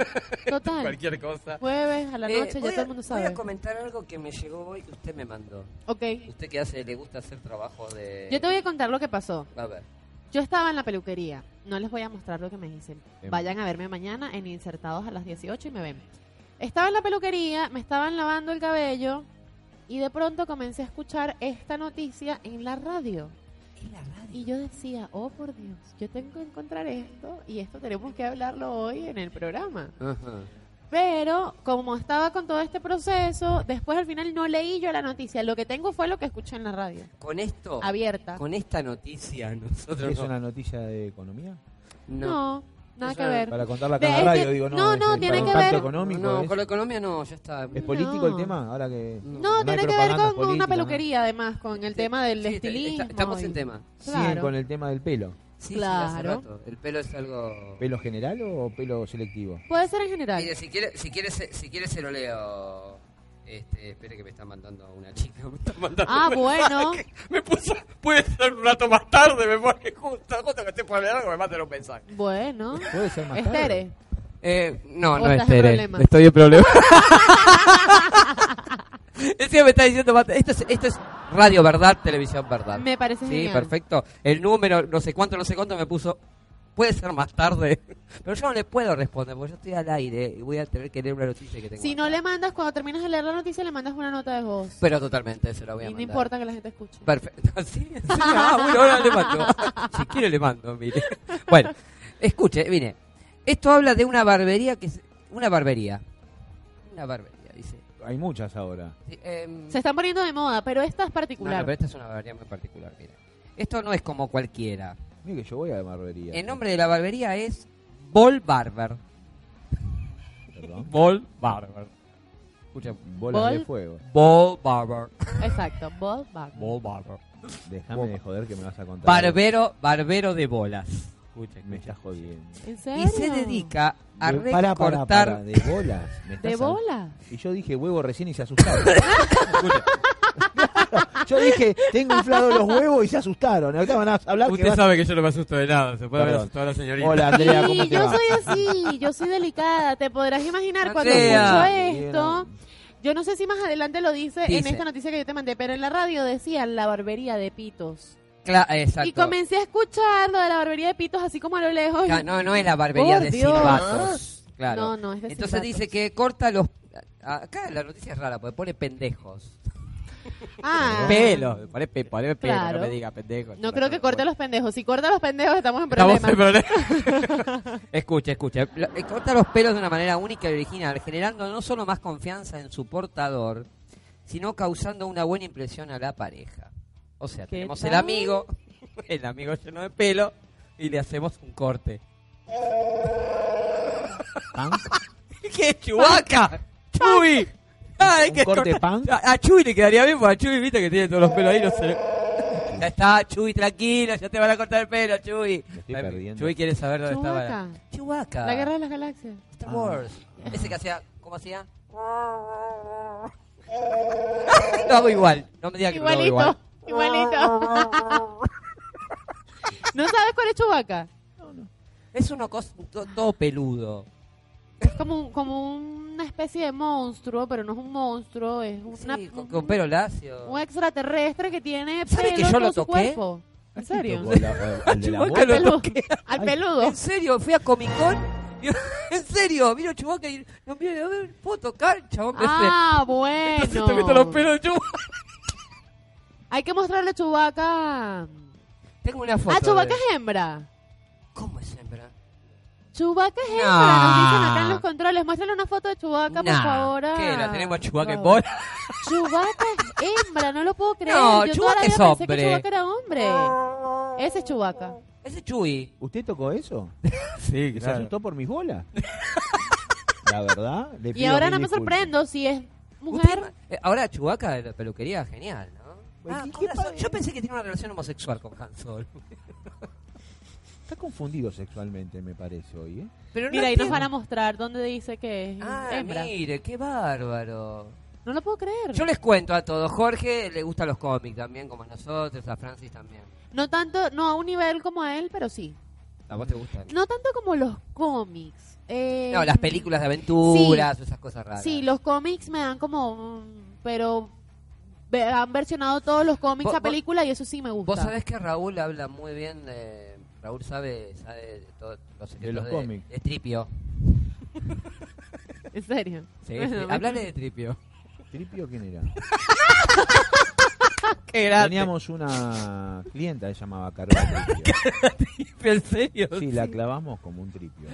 Speaker 2: total.
Speaker 1: Cualquier cosa.
Speaker 2: Jueves a la
Speaker 1: Eh,
Speaker 2: noche ya
Speaker 1: voy a-
Speaker 2: todo el mundo
Speaker 1: Voy a
Speaker 2: sabe.
Speaker 1: comentar algo que me llegó hoy que usted me mandó.
Speaker 2: Ok.
Speaker 1: Usted que hace, le gusta hacer trabajo de.
Speaker 2: Yo te voy a contar lo que pasó.
Speaker 1: A ver.
Speaker 2: Yo estaba en la peluquería. No les voy a mostrar lo que me dicen. Vayan a verme mañana en Insertados a las 18 y me ven. Estaba en la peluquería, me estaban lavando el cabello y de pronto comencé a escuchar esta noticia en la radio.
Speaker 1: Es la radio.
Speaker 2: Y yo decía, oh por Dios, yo tengo que encontrar esto y esto tenemos que hablarlo hoy en el programa.
Speaker 1: Ajá.
Speaker 2: Pero como estaba con todo este proceso, después al final no leí yo la noticia. Lo que tengo fue lo que escuché en la radio,
Speaker 1: Con esto.
Speaker 2: abierta.
Speaker 1: Oh, Con esta noticia (laughs) nosotros
Speaker 4: ¿Es
Speaker 1: no-
Speaker 4: una noticia de economía?
Speaker 1: no.
Speaker 2: No, nada
Speaker 1: Es
Speaker 2: que
Speaker 1: una-
Speaker 2: ver.
Speaker 4: Para contarla acá en
Speaker 2: De-
Speaker 4: la
Speaker 2: es
Speaker 4: radio,
Speaker 2: que-
Speaker 4: digo, no.
Speaker 2: no,
Speaker 4: es
Speaker 2: no,
Speaker 4: el
Speaker 2: tiene que
Speaker 4: impacto
Speaker 2: ver-
Speaker 4: económico,
Speaker 1: No,
Speaker 4: es,
Speaker 1: con la economía no, ya está. Mm.
Speaker 4: ¿es político el
Speaker 2: No.
Speaker 4: tema? Ahora que
Speaker 2: No,
Speaker 4: hay
Speaker 2: tiene que ver
Speaker 4: propagandas
Speaker 2: con una
Speaker 4: políticas, ¿no?
Speaker 2: peluquería, además, con el tema del
Speaker 1: Sí, está-
Speaker 2: estilismo.
Speaker 1: está- estamos
Speaker 2: y-
Speaker 1: en tema.
Speaker 4: Siguen
Speaker 2: Claro.
Speaker 4: con el tema del pelo.
Speaker 1: Sí, sí, hace
Speaker 2: Claro.
Speaker 1: rato. El pelo es algo.
Speaker 4: ¿Pelo general o pelo selectivo?
Speaker 2: Puede ser en general.
Speaker 1: Mire, si quiere, si quiere, se, si quiere se lo leo. Este, espere que me está mandando una chica. (laughs) Me está mandando
Speaker 2: (laughs) Ah,
Speaker 1: un
Speaker 2: bueno.
Speaker 1: mensaje. Me puso, puede ser un rato más tarde, me pone justo, justo que esté por hablar algo, me manden un mensaje.
Speaker 2: Bueno.
Speaker 4: Puede ser más tarde.
Speaker 2: Estere.
Speaker 1: Eh, no,
Speaker 2: O
Speaker 1: no es
Speaker 2: estás en
Speaker 1: Tere.
Speaker 2: problemas.
Speaker 1: Estoy en problema. es que me está diciendo, Mate, esto es, esto es radio verdad, televisión verdad.
Speaker 2: Me parece
Speaker 1: Sí,
Speaker 2: genial.
Speaker 1: perfecto. El número, no sé cuánto, no sé cuánto me puso. Puede ser más tarde. (laughs) Pero yo no le puedo responder porque yo estoy al aire y voy a tener que leer una noticia que tengo.
Speaker 2: Si no
Speaker 1: acá.
Speaker 2: le mandas, cuando terminas de leer la noticia, le mandas una nota de voz.
Speaker 1: Pero totalmente, se lo voy a
Speaker 2: Y no
Speaker 1: mandar.
Speaker 2: importa que la gente escuche.
Speaker 1: Perfecto. (laughs) Sí, sí. Ah, bueno, ahora le mando. Si quiere le mando, mire. Bueno, escuche, mire. Esto habla de una barbería que es una barbería. Una barbería, dice.
Speaker 4: hay muchas ahora.
Speaker 1: Sí, em,
Speaker 2: Se están poniendo de moda, pero esta es
Speaker 1: no, no,
Speaker 2: particular.
Speaker 1: pero esta es una barbería muy particular, mira. Esto no es como cualquiera.
Speaker 4: Mira que yo voy a la barbería.
Speaker 1: El nombre de la barbería es Bol Barber.
Speaker 4: Perdón.
Speaker 3: Bol Barber.
Speaker 1: Escucha,
Speaker 4: Bolas de
Speaker 2: Bol-
Speaker 4: fuego.
Speaker 1: Bol Barber.
Speaker 2: Exacto, Bob Barber.
Speaker 3: Bol Barber.
Speaker 4: Déjame de joder que me vas a contar.
Speaker 1: Barbero, barbero de bolas. Escucha, escucha.
Speaker 4: Me estás jodiendo.
Speaker 2: ¿En serio?
Speaker 1: Y se dedica a
Speaker 4: De-
Speaker 1: recortar.
Speaker 4: pará, pará, de bolas. me
Speaker 2: ¿De
Speaker 4: estás-
Speaker 2: bola?
Speaker 4: Y yo dije huevo recién y se asustaron. (laughs) yo dije, tengo inflados los huevos y se asustaron. Ahorita van a hablar Ah, que
Speaker 3: Usted
Speaker 4: vas-
Speaker 3: sabe que yo no me asusto de nada. Se puede haber
Speaker 4: Perdón.
Speaker 3: asustado a la señorita.
Speaker 4: Hola Andrea, ¿cómo
Speaker 2: Y
Speaker 4: te
Speaker 2: yo
Speaker 4: va?
Speaker 2: soy así, yo soy delicada. Te podrás imaginar cuando escucho
Speaker 1: Andrea.
Speaker 2: esto. Yo no sé si más adelante lo dice, en
Speaker 1: Dice.
Speaker 2: esta noticia que yo te mandé, pero en la radio decía la barbería de pitos.
Speaker 1: Cla- exacto.
Speaker 2: Y comencé a escuchar lo de la barbería de pitos así como a lo lejos.
Speaker 1: Ca- No, no es la barbería
Speaker 2: Por
Speaker 1: de
Speaker 2: Dios.
Speaker 1: silbatos. Claro.
Speaker 2: No, no, es de
Speaker 1: Entonces
Speaker 2: silbatos.
Speaker 1: dice que corta los. Acá la noticia es rara, porque pone pendejos.
Speaker 2: Ah,
Speaker 1: Pelos. Pone, pe- pone pelo,
Speaker 2: Claro.
Speaker 1: no me diga pendejos.
Speaker 2: No creo que corte a los pendejos. Si corta a los pendejos estamos en
Speaker 3: Estamos en
Speaker 2: problemas.
Speaker 3: problema.
Speaker 1: Escucha, escucha. Lo- eh, Corta los pelos de una manera única y original, generando no solo más confianza en su portador, sino causando una buena impresión a la pareja. O sea,
Speaker 2: ¿Qué
Speaker 1: tenemos el
Speaker 2: tal?
Speaker 1: amigo, (laughs) el amigo lleno de pelo, y le hacemos un corte.
Speaker 4: ¿Punk?
Speaker 1: (laughs) ¡Qué chubaca! ¡Chuy! ¡Ay,
Speaker 4: ¿Un
Speaker 1: que
Speaker 4: corte
Speaker 1: corta-
Speaker 4: punk?
Speaker 1: A, a Chuy le quedaría bien, porque a Chuy, viste que tiene todos los pelos ahí, no se le- Ya está, Chuy, tranquilo, ya te van a cortar el pelo, Chuy.
Speaker 4: Me estoy
Speaker 1: Ay,
Speaker 4: perdiendo.
Speaker 1: Chuy quiere saber dónde estaba.
Speaker 2: Chewbacca.
Speaker 1: Chubaca.
Speaker 2: La guerra de las galaxias.
Speaker 1: Star Wars. Ese que hacía, ¿cómo
Speaker 2: (laughs)
Speaker 1: hacía? lo hago igual, no me digas que
Speaker 2: Igualito,
Speaker 1: lo hago
Speaker 2: igualito. ¿No sabes cuál es Chubaca?
Speaker 1: igual. Es uno cos- to- todo peludo.
Speaker 2: Es como, un- como una especie de monstruo, pero no es un monstruo, es una,
Speaker 1: Sí, con,
Speaker 2: un,
Speaker 1: con pelo lacio.
Speaker 2: un extraterrestre que tiene
Speaker 1: ¿Sabes
Speaker 2: pelo
Speaker 1: que yo
Speaker 2: en
Speaker 1: lo
Speaker 2: todo su
Speaker 1: toqué?
Speaker 2: cuerpo. ¿En serio? (laughs)
Speaker 4: Tocó la- el de la
Speaker 1: Chewbacca
Speaker 4: bola.
Speaker 1: lo
Speaker 2: Pelu-
Speaker 1: toqué.
Speaker 2: (laughs) Al
Speaker 4: Ay.
Speaker 2: peludo.
Speaker 1: En serio, fui a Comic Con. y- (laughs) en serio, vino Chubaca y no mira, no me puedo tocar, chabón. me hace-
Speaker 2: Ah,
Speaker 1: (laughs) Entonces te meto los
Speaker 2: bueno.
Speaker 1: pelos de Chewbacca.
Speaker 2: Hay que mostrarle a Chubaca.
Speaker 1: Tengo una foto.
Speaker 2: Ah, Chubaca
Speaker 1: de-
Speaker 2: es hembra.
Speaker 1: ¿Cómo es hembra?
Speaker 2: Chubaca es hembra,
Speaker 1: Nah.
Speaker 2: nos dicen acá en los controles. Muéstrale una foto de Chubaca, por
Speaker 1: Nah,
Speaker 2: favor.
Speaker 1: ¿Qué? ¿La tenemos a Chubaca en
Speaker 2: (laughs) Por favor.
Speaker 1: bola?
Speaker 2: Chewbacca es hembra, no lo puedo creer.
Speaker 1: No,
Speaker 2: Yo toda la
Speaker 1: Chewbacca
Speaker 2: vida
Speaker 1: es
Speaker 2: pensé que
Speaker 1: hombre.
Speaker 2: Chewbacca era hombre. Ese es Chewbacca.
Speaker 1: Ese es Chuy.
Speaker 4: ¿Usted tocó eso?
Speaker 3: Sí,
Speaker 4: ¿Que se
Speaker 3: claro.
Speaker 4: asustó por mis
Speaker 2: (laughs)
Speaker 4: bolas? La verdad. le
Speaker 2: Y
Speaker 4: pido
Speaker 2: ahora
Speaker 4: mil
Speaker 2: no me
Speaker 4: disculpas.
Speaker 2: sorprendo si es
Speaker 1: Usted-
Speaker 2: mujer.
Speaker 1: eh, ahora Chubaca de la peluquería, genial, ¿no?
Speaker 4: Pues,
Speaker 1: Ah,
Speaker 4: ¿qué-
Speaker 1: con
Speaker 4: qué
Speaker 1: razón,
Speaker 4: pasa?
Speaker 1: yo pensé que tenía una relación homosexual con Han Solo.
Speaker 4: Está confundido sexualmente, me parece hoy. ¿eh?
Speaker 1: Pero no
Speaker 2: Mira, ahí nos
Speaker 1: entiendo.
Speaker 2: van a mostrar dónde dice que es
Speaker 1: Ah,
Speaker 2: hembra.
Speaker 1: mire, qué bárbaro.
Speaker 2: No lo puedo creer.
Speaker 1: Yo les cuento a todos. Jorge le gustan los cómics también, como a nosotros, a Francis también.
Speaker 2: No tanto, no a un nivel como a él, pero sí.
Speaker 1: ¿A vos te gustan?
Speaker 2: No tanto como los cómics. Eh,
Speaker 1: No, las películas de aventuras, esas cosas raras.
Speaker 2: Sí, los cómics me dan como... mm, Pero ve- han versionado todos los cómics
Speaker 1: Vos-
Speaker 2: a
Speaker 1: vos-
Speaker 2: película y eso sí me gusta.
Speaker 1: Vos sabés que Raúl habla muy bien de... Raúl sabe, sabe de todos los secretos
Speaker 4: los cómics.
Speaker 1: de Tripio.
Speaker 2: (laughs) ¿En serio?
Speaker 1: Sí,
Speaker 2: Bueno,
Speaker 1: sí.
Speaker 2: me-
Speaker 1: Hablale de Tripio.
Speaker 4: ¿Tripio quién
Speaker 2: (laughs)
Speaker 4: era?
Speaker 1: Qué
Speaker 4: Teníamos una clienta que se llamaba Carola
Speaker 2: (laughs)
Speaker 4: Tripio.
Speaker 1: (laughs) ¿En serio? (laughs)
Speaker 4: Sí, la clavamos como un tripio.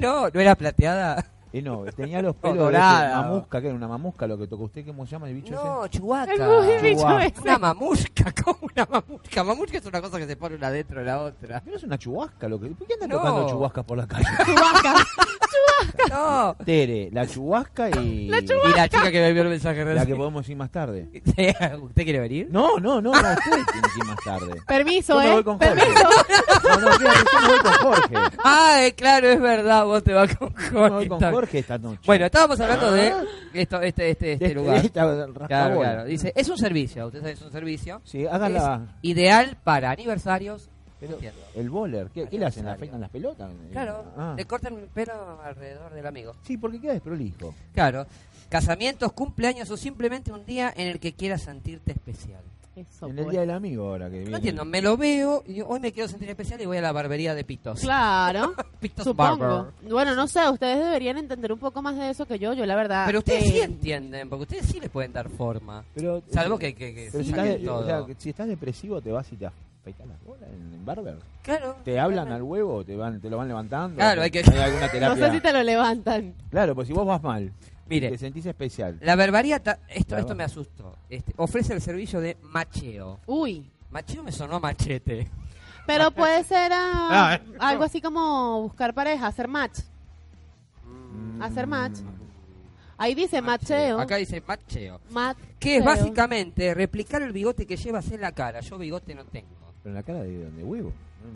Speaker 1: no, no era plateada.
Speaker 4: Eh, no, tenía
Speaker 1: (laughs)
Speaker 4: los
Speaker 1: No,
Speaker 4: pelos de
Speaker 1: dorada.
Speaker 4: ese mamusca, que era una mamusca lo que tocó usted, ¿cómo se llama el bicho
Speaker 1: No,
Speaker 2: El
Speaker 1: Chubaca.
Speaker 2: muy bicho
Speaker 4: Chihuahua.
Speaker 2: ese.
Speaker 1: Una (laughs) mamusca, como una mamusca. Mamusca es una cosa que se pone una dentro de la otra. (laughs)
Speaker 4: ese? Pero es una chubasca lo que. ¿Por qué andan
Speaker 1: No.
Speaker 4: tocando chubascas por la
Speaker 1: (laughs)
Speaker 4: calle?
Speaker 2: Chewbacca.
Speaker 1: No.
Speaker 4: Tere, la chubasca y. La,
Speaker 1: Y la chica que me envió el mensaje
Speaker 4: que podemos ir más tarde.
Speaker 1: (laughs) Sí, ¿Usted quiere venir?
Speaker 4: No,
Speaker 1: (laughs)
Speaker 4: no, no, no, ustedes tienen que ir más tarde. Yo
Speaker 2: Permiso,
Speaker 4: me
Speaker 2: ¿eh?
Speaker 4: voy con Jorge.
Speaker 2: Permiso.
Speaker 4: No, no, fíjate, yo me voy con Jorge.
Speaker 1: Ay, Ah, eh, claro, es verdad, vos te vas con (laughs) Jorge.
Speaker 4: Me voy con
Speaker 1: Está bien.
Speaker 4: Jorge esta noche.
Speaker 1: Bueno, estábamos hablando de esto, este, este, este
Speaker 4: De-
Speaker 1: lugar.
Speaker 4: de (laughs) esta
Speaker 1: Claro,
Speaker 4: rascabola.
Speaker 1: claro. Dice, es un servicio, usted sabe, es un servicio.
Speaker 4: Sí,
Speaker 1: Es
Speaker 4: háganla.
Speaker 1: ideal para aniversarios.
Speaker 4: Pero-
Speaker 1: Entiendo.
Speaker 4: El bowler, ¿qué, qué le hacen? ¿La afeitan las pelotas?
Speaker 1: Claro,
Speaker 4: Ah.
Speaker 1: le cortan el pelo alrededor del amigo.
Speaker 4: Sí, porque queda desprolijo.
Speaker 1: Claro, casamientos, cumpleaños o simplemente un día en el que quieras sentirte especial.
Speaker 2: Eso,
Speaker 4: En el
Speaker 2: pues.
Speaker 4: día del amigo ahora que viene.
Speaker 1: No entiendo, me lo veo y digo, hoy me quiero sentir especial y voy a la barbería de Pitos.
Speaker 2: Claro.
Speaker 1: (laughs) Pitos
Speaker 2: Supongo.
Speaker 1: Barber.
Speaker 2: Bueno, no sé, ustedes deberían entender un poco más de eso que yo. Yo, la verdad.
Speaker 1: Pero ustedes
Speaker 2: eh,
Speaker 1: sí entienden, porque ustedes sí les pueden dar forma.
Speaker 4: Pero, eh,
Speaker 1: Salvo que, que, que
Speaker 4: Pero si,
Speaker 1: saquen
Speaker 4: estás,
Speaker 1: todo.
Speaker 4: o sea, que si estás depresivo, te vas y te afeitas las bolas en, en barber.
Speaker 1: claro.
Speaker 4: Te hablan al huevo, te van, te lo van levantando.
Speaker 1: Claro, hay que-
Speaker 4: alguna terapia.
Speaker 2: No sé si te lo levantan.
Speaker 4: Claro, pues si vos vas mal.
Speaker 1: Mire.
Speaker 4: Te sentís especial.
Speaker 1: La barbaría, ta- esto,
Speaker 4: La
Speaker 1: esto
Speaker 4: bar-
Speaker 1: me asustó. Este, ofrece el servicio de macheo.
Speaker 2: Uy.
Speaker 1: Macheo me sonó a machete. (laughs)
Speaker 2: Pero puede ser ah,
Speaker 3: Ah, eh.
Speaker 2: algo así como buscar pareja, hacer match. Mm, Hacer match. Ahí dice matcheo.
Speaker 1: Mm. eh, Acá dice macheo.
Speaker 2: Match.
Speaker 1: Que es básicamente replicar el bigote que llevas en la cara. Yo bigote no tengo.
Speaker 4: Pero en la cara de donde huevo.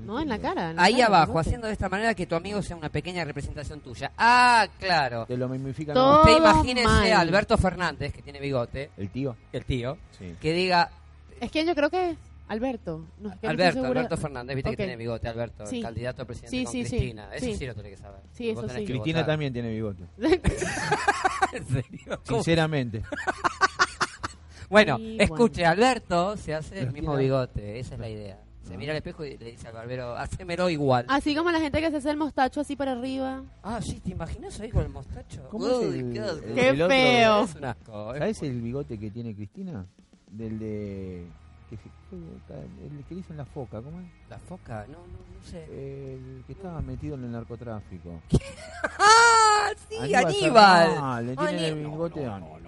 Speaker 2: No, en la
Speaker 4: entiendo.
Speaker 2: cara. en la
Speaker 1: Ahí
Speaker 2: cara,
Speaker 1: abajo,
Speaker 2: bigote.
Speaker 1: haciendo de esta manera que tu amigo sea una pequeña representación tuya. Ah, claro.
Speaker 4: Te lo mimifican
Speaker 2: Todo.
Speaker 4: ¿no?
Speaker 1: Usted imagínese
Speaker 2: Oh, mal.
Speaker 1: a Alberto Fernández, que tiene bigote,
Speaker 4: el tío.
Speaker 1: el tío,
Speaker 4: Sí.
Speaker 1: que diga
Speaker 2: Es que yo creo que es Alberto. No, es que no estoy
Speaker 1: Alberto,
Speaker 2: segura.
Speaker 1: Alberto Fernández, viste
Speaker 2: Ok.
Speaker 1: que tiene bigote, Alberto,
Speaker 2: Sí.
Speaker 1: el candidato a presidente
Speaker 2: Sí,
Speaker 1: con
Speaker 2: sí, sí.
Speaker 1: Cristina. Eso
Speaker 2: Sí.
Speaker 1: sí. lo tenés que saber.
Speaker 2: Sí,
Speaker 1: Vos
Speaker 2: eso
Speaker 1: tenés
Speaker 2: sí.
Speaker 1: que
Speaker 4: Cristina
Speaker 1: votar.
Speaker 4: también tiene bigote.
Speaker 1: (laughs) ¿En serio? ¿Cómo? (laughs)
Speaker 4: Sinceramente.
Speaker 1: Bueno,
Speaker 2: Sí, bueno.
Speaker 1: escuche, Alberto se hace el
Speaker 4: Pero
Speaker 1: mismo
Speaker 4: tiene-
Speaker 1: bigote, esa es la idea. Se mira al espejo y le dice al barbero, hacémelo igual. Ah,
Speaker 2: (laughs) Así como la gente que se hace el mostacho así para arriba.
Speaker 1: sí, ¿te imaginas ahí con el mostacho?
Speaker 4: ¿Cómo es
Speaker 1: Uy,
Speaker 4: el-
Speaker 1: qué asco.
Speaker 4: el-
Speaker 2: Qué
Speaker 4: el otro-
Speaker 2: feo.
Speaker 1: Es un asco. es
Speaker 4: ¿Sabes
Speaker 1: muy-
Speaker 4: el bigote que tiene Cristina? Del de. que se- que- el que le hizo en la foca, ¿cómo es?
Speaker 1: La foca, no, no, no
Speaker 4: Eh,
Speaker 1: sé.
Speaker 4: El que estaba metido en el narcotráfico.
Speaker 1: ¡Ah, sí, Aníbal!
Speaker 4: Ah, le tiene el
Speaker 1: Aníbal.
Speaker 4: bigote. No,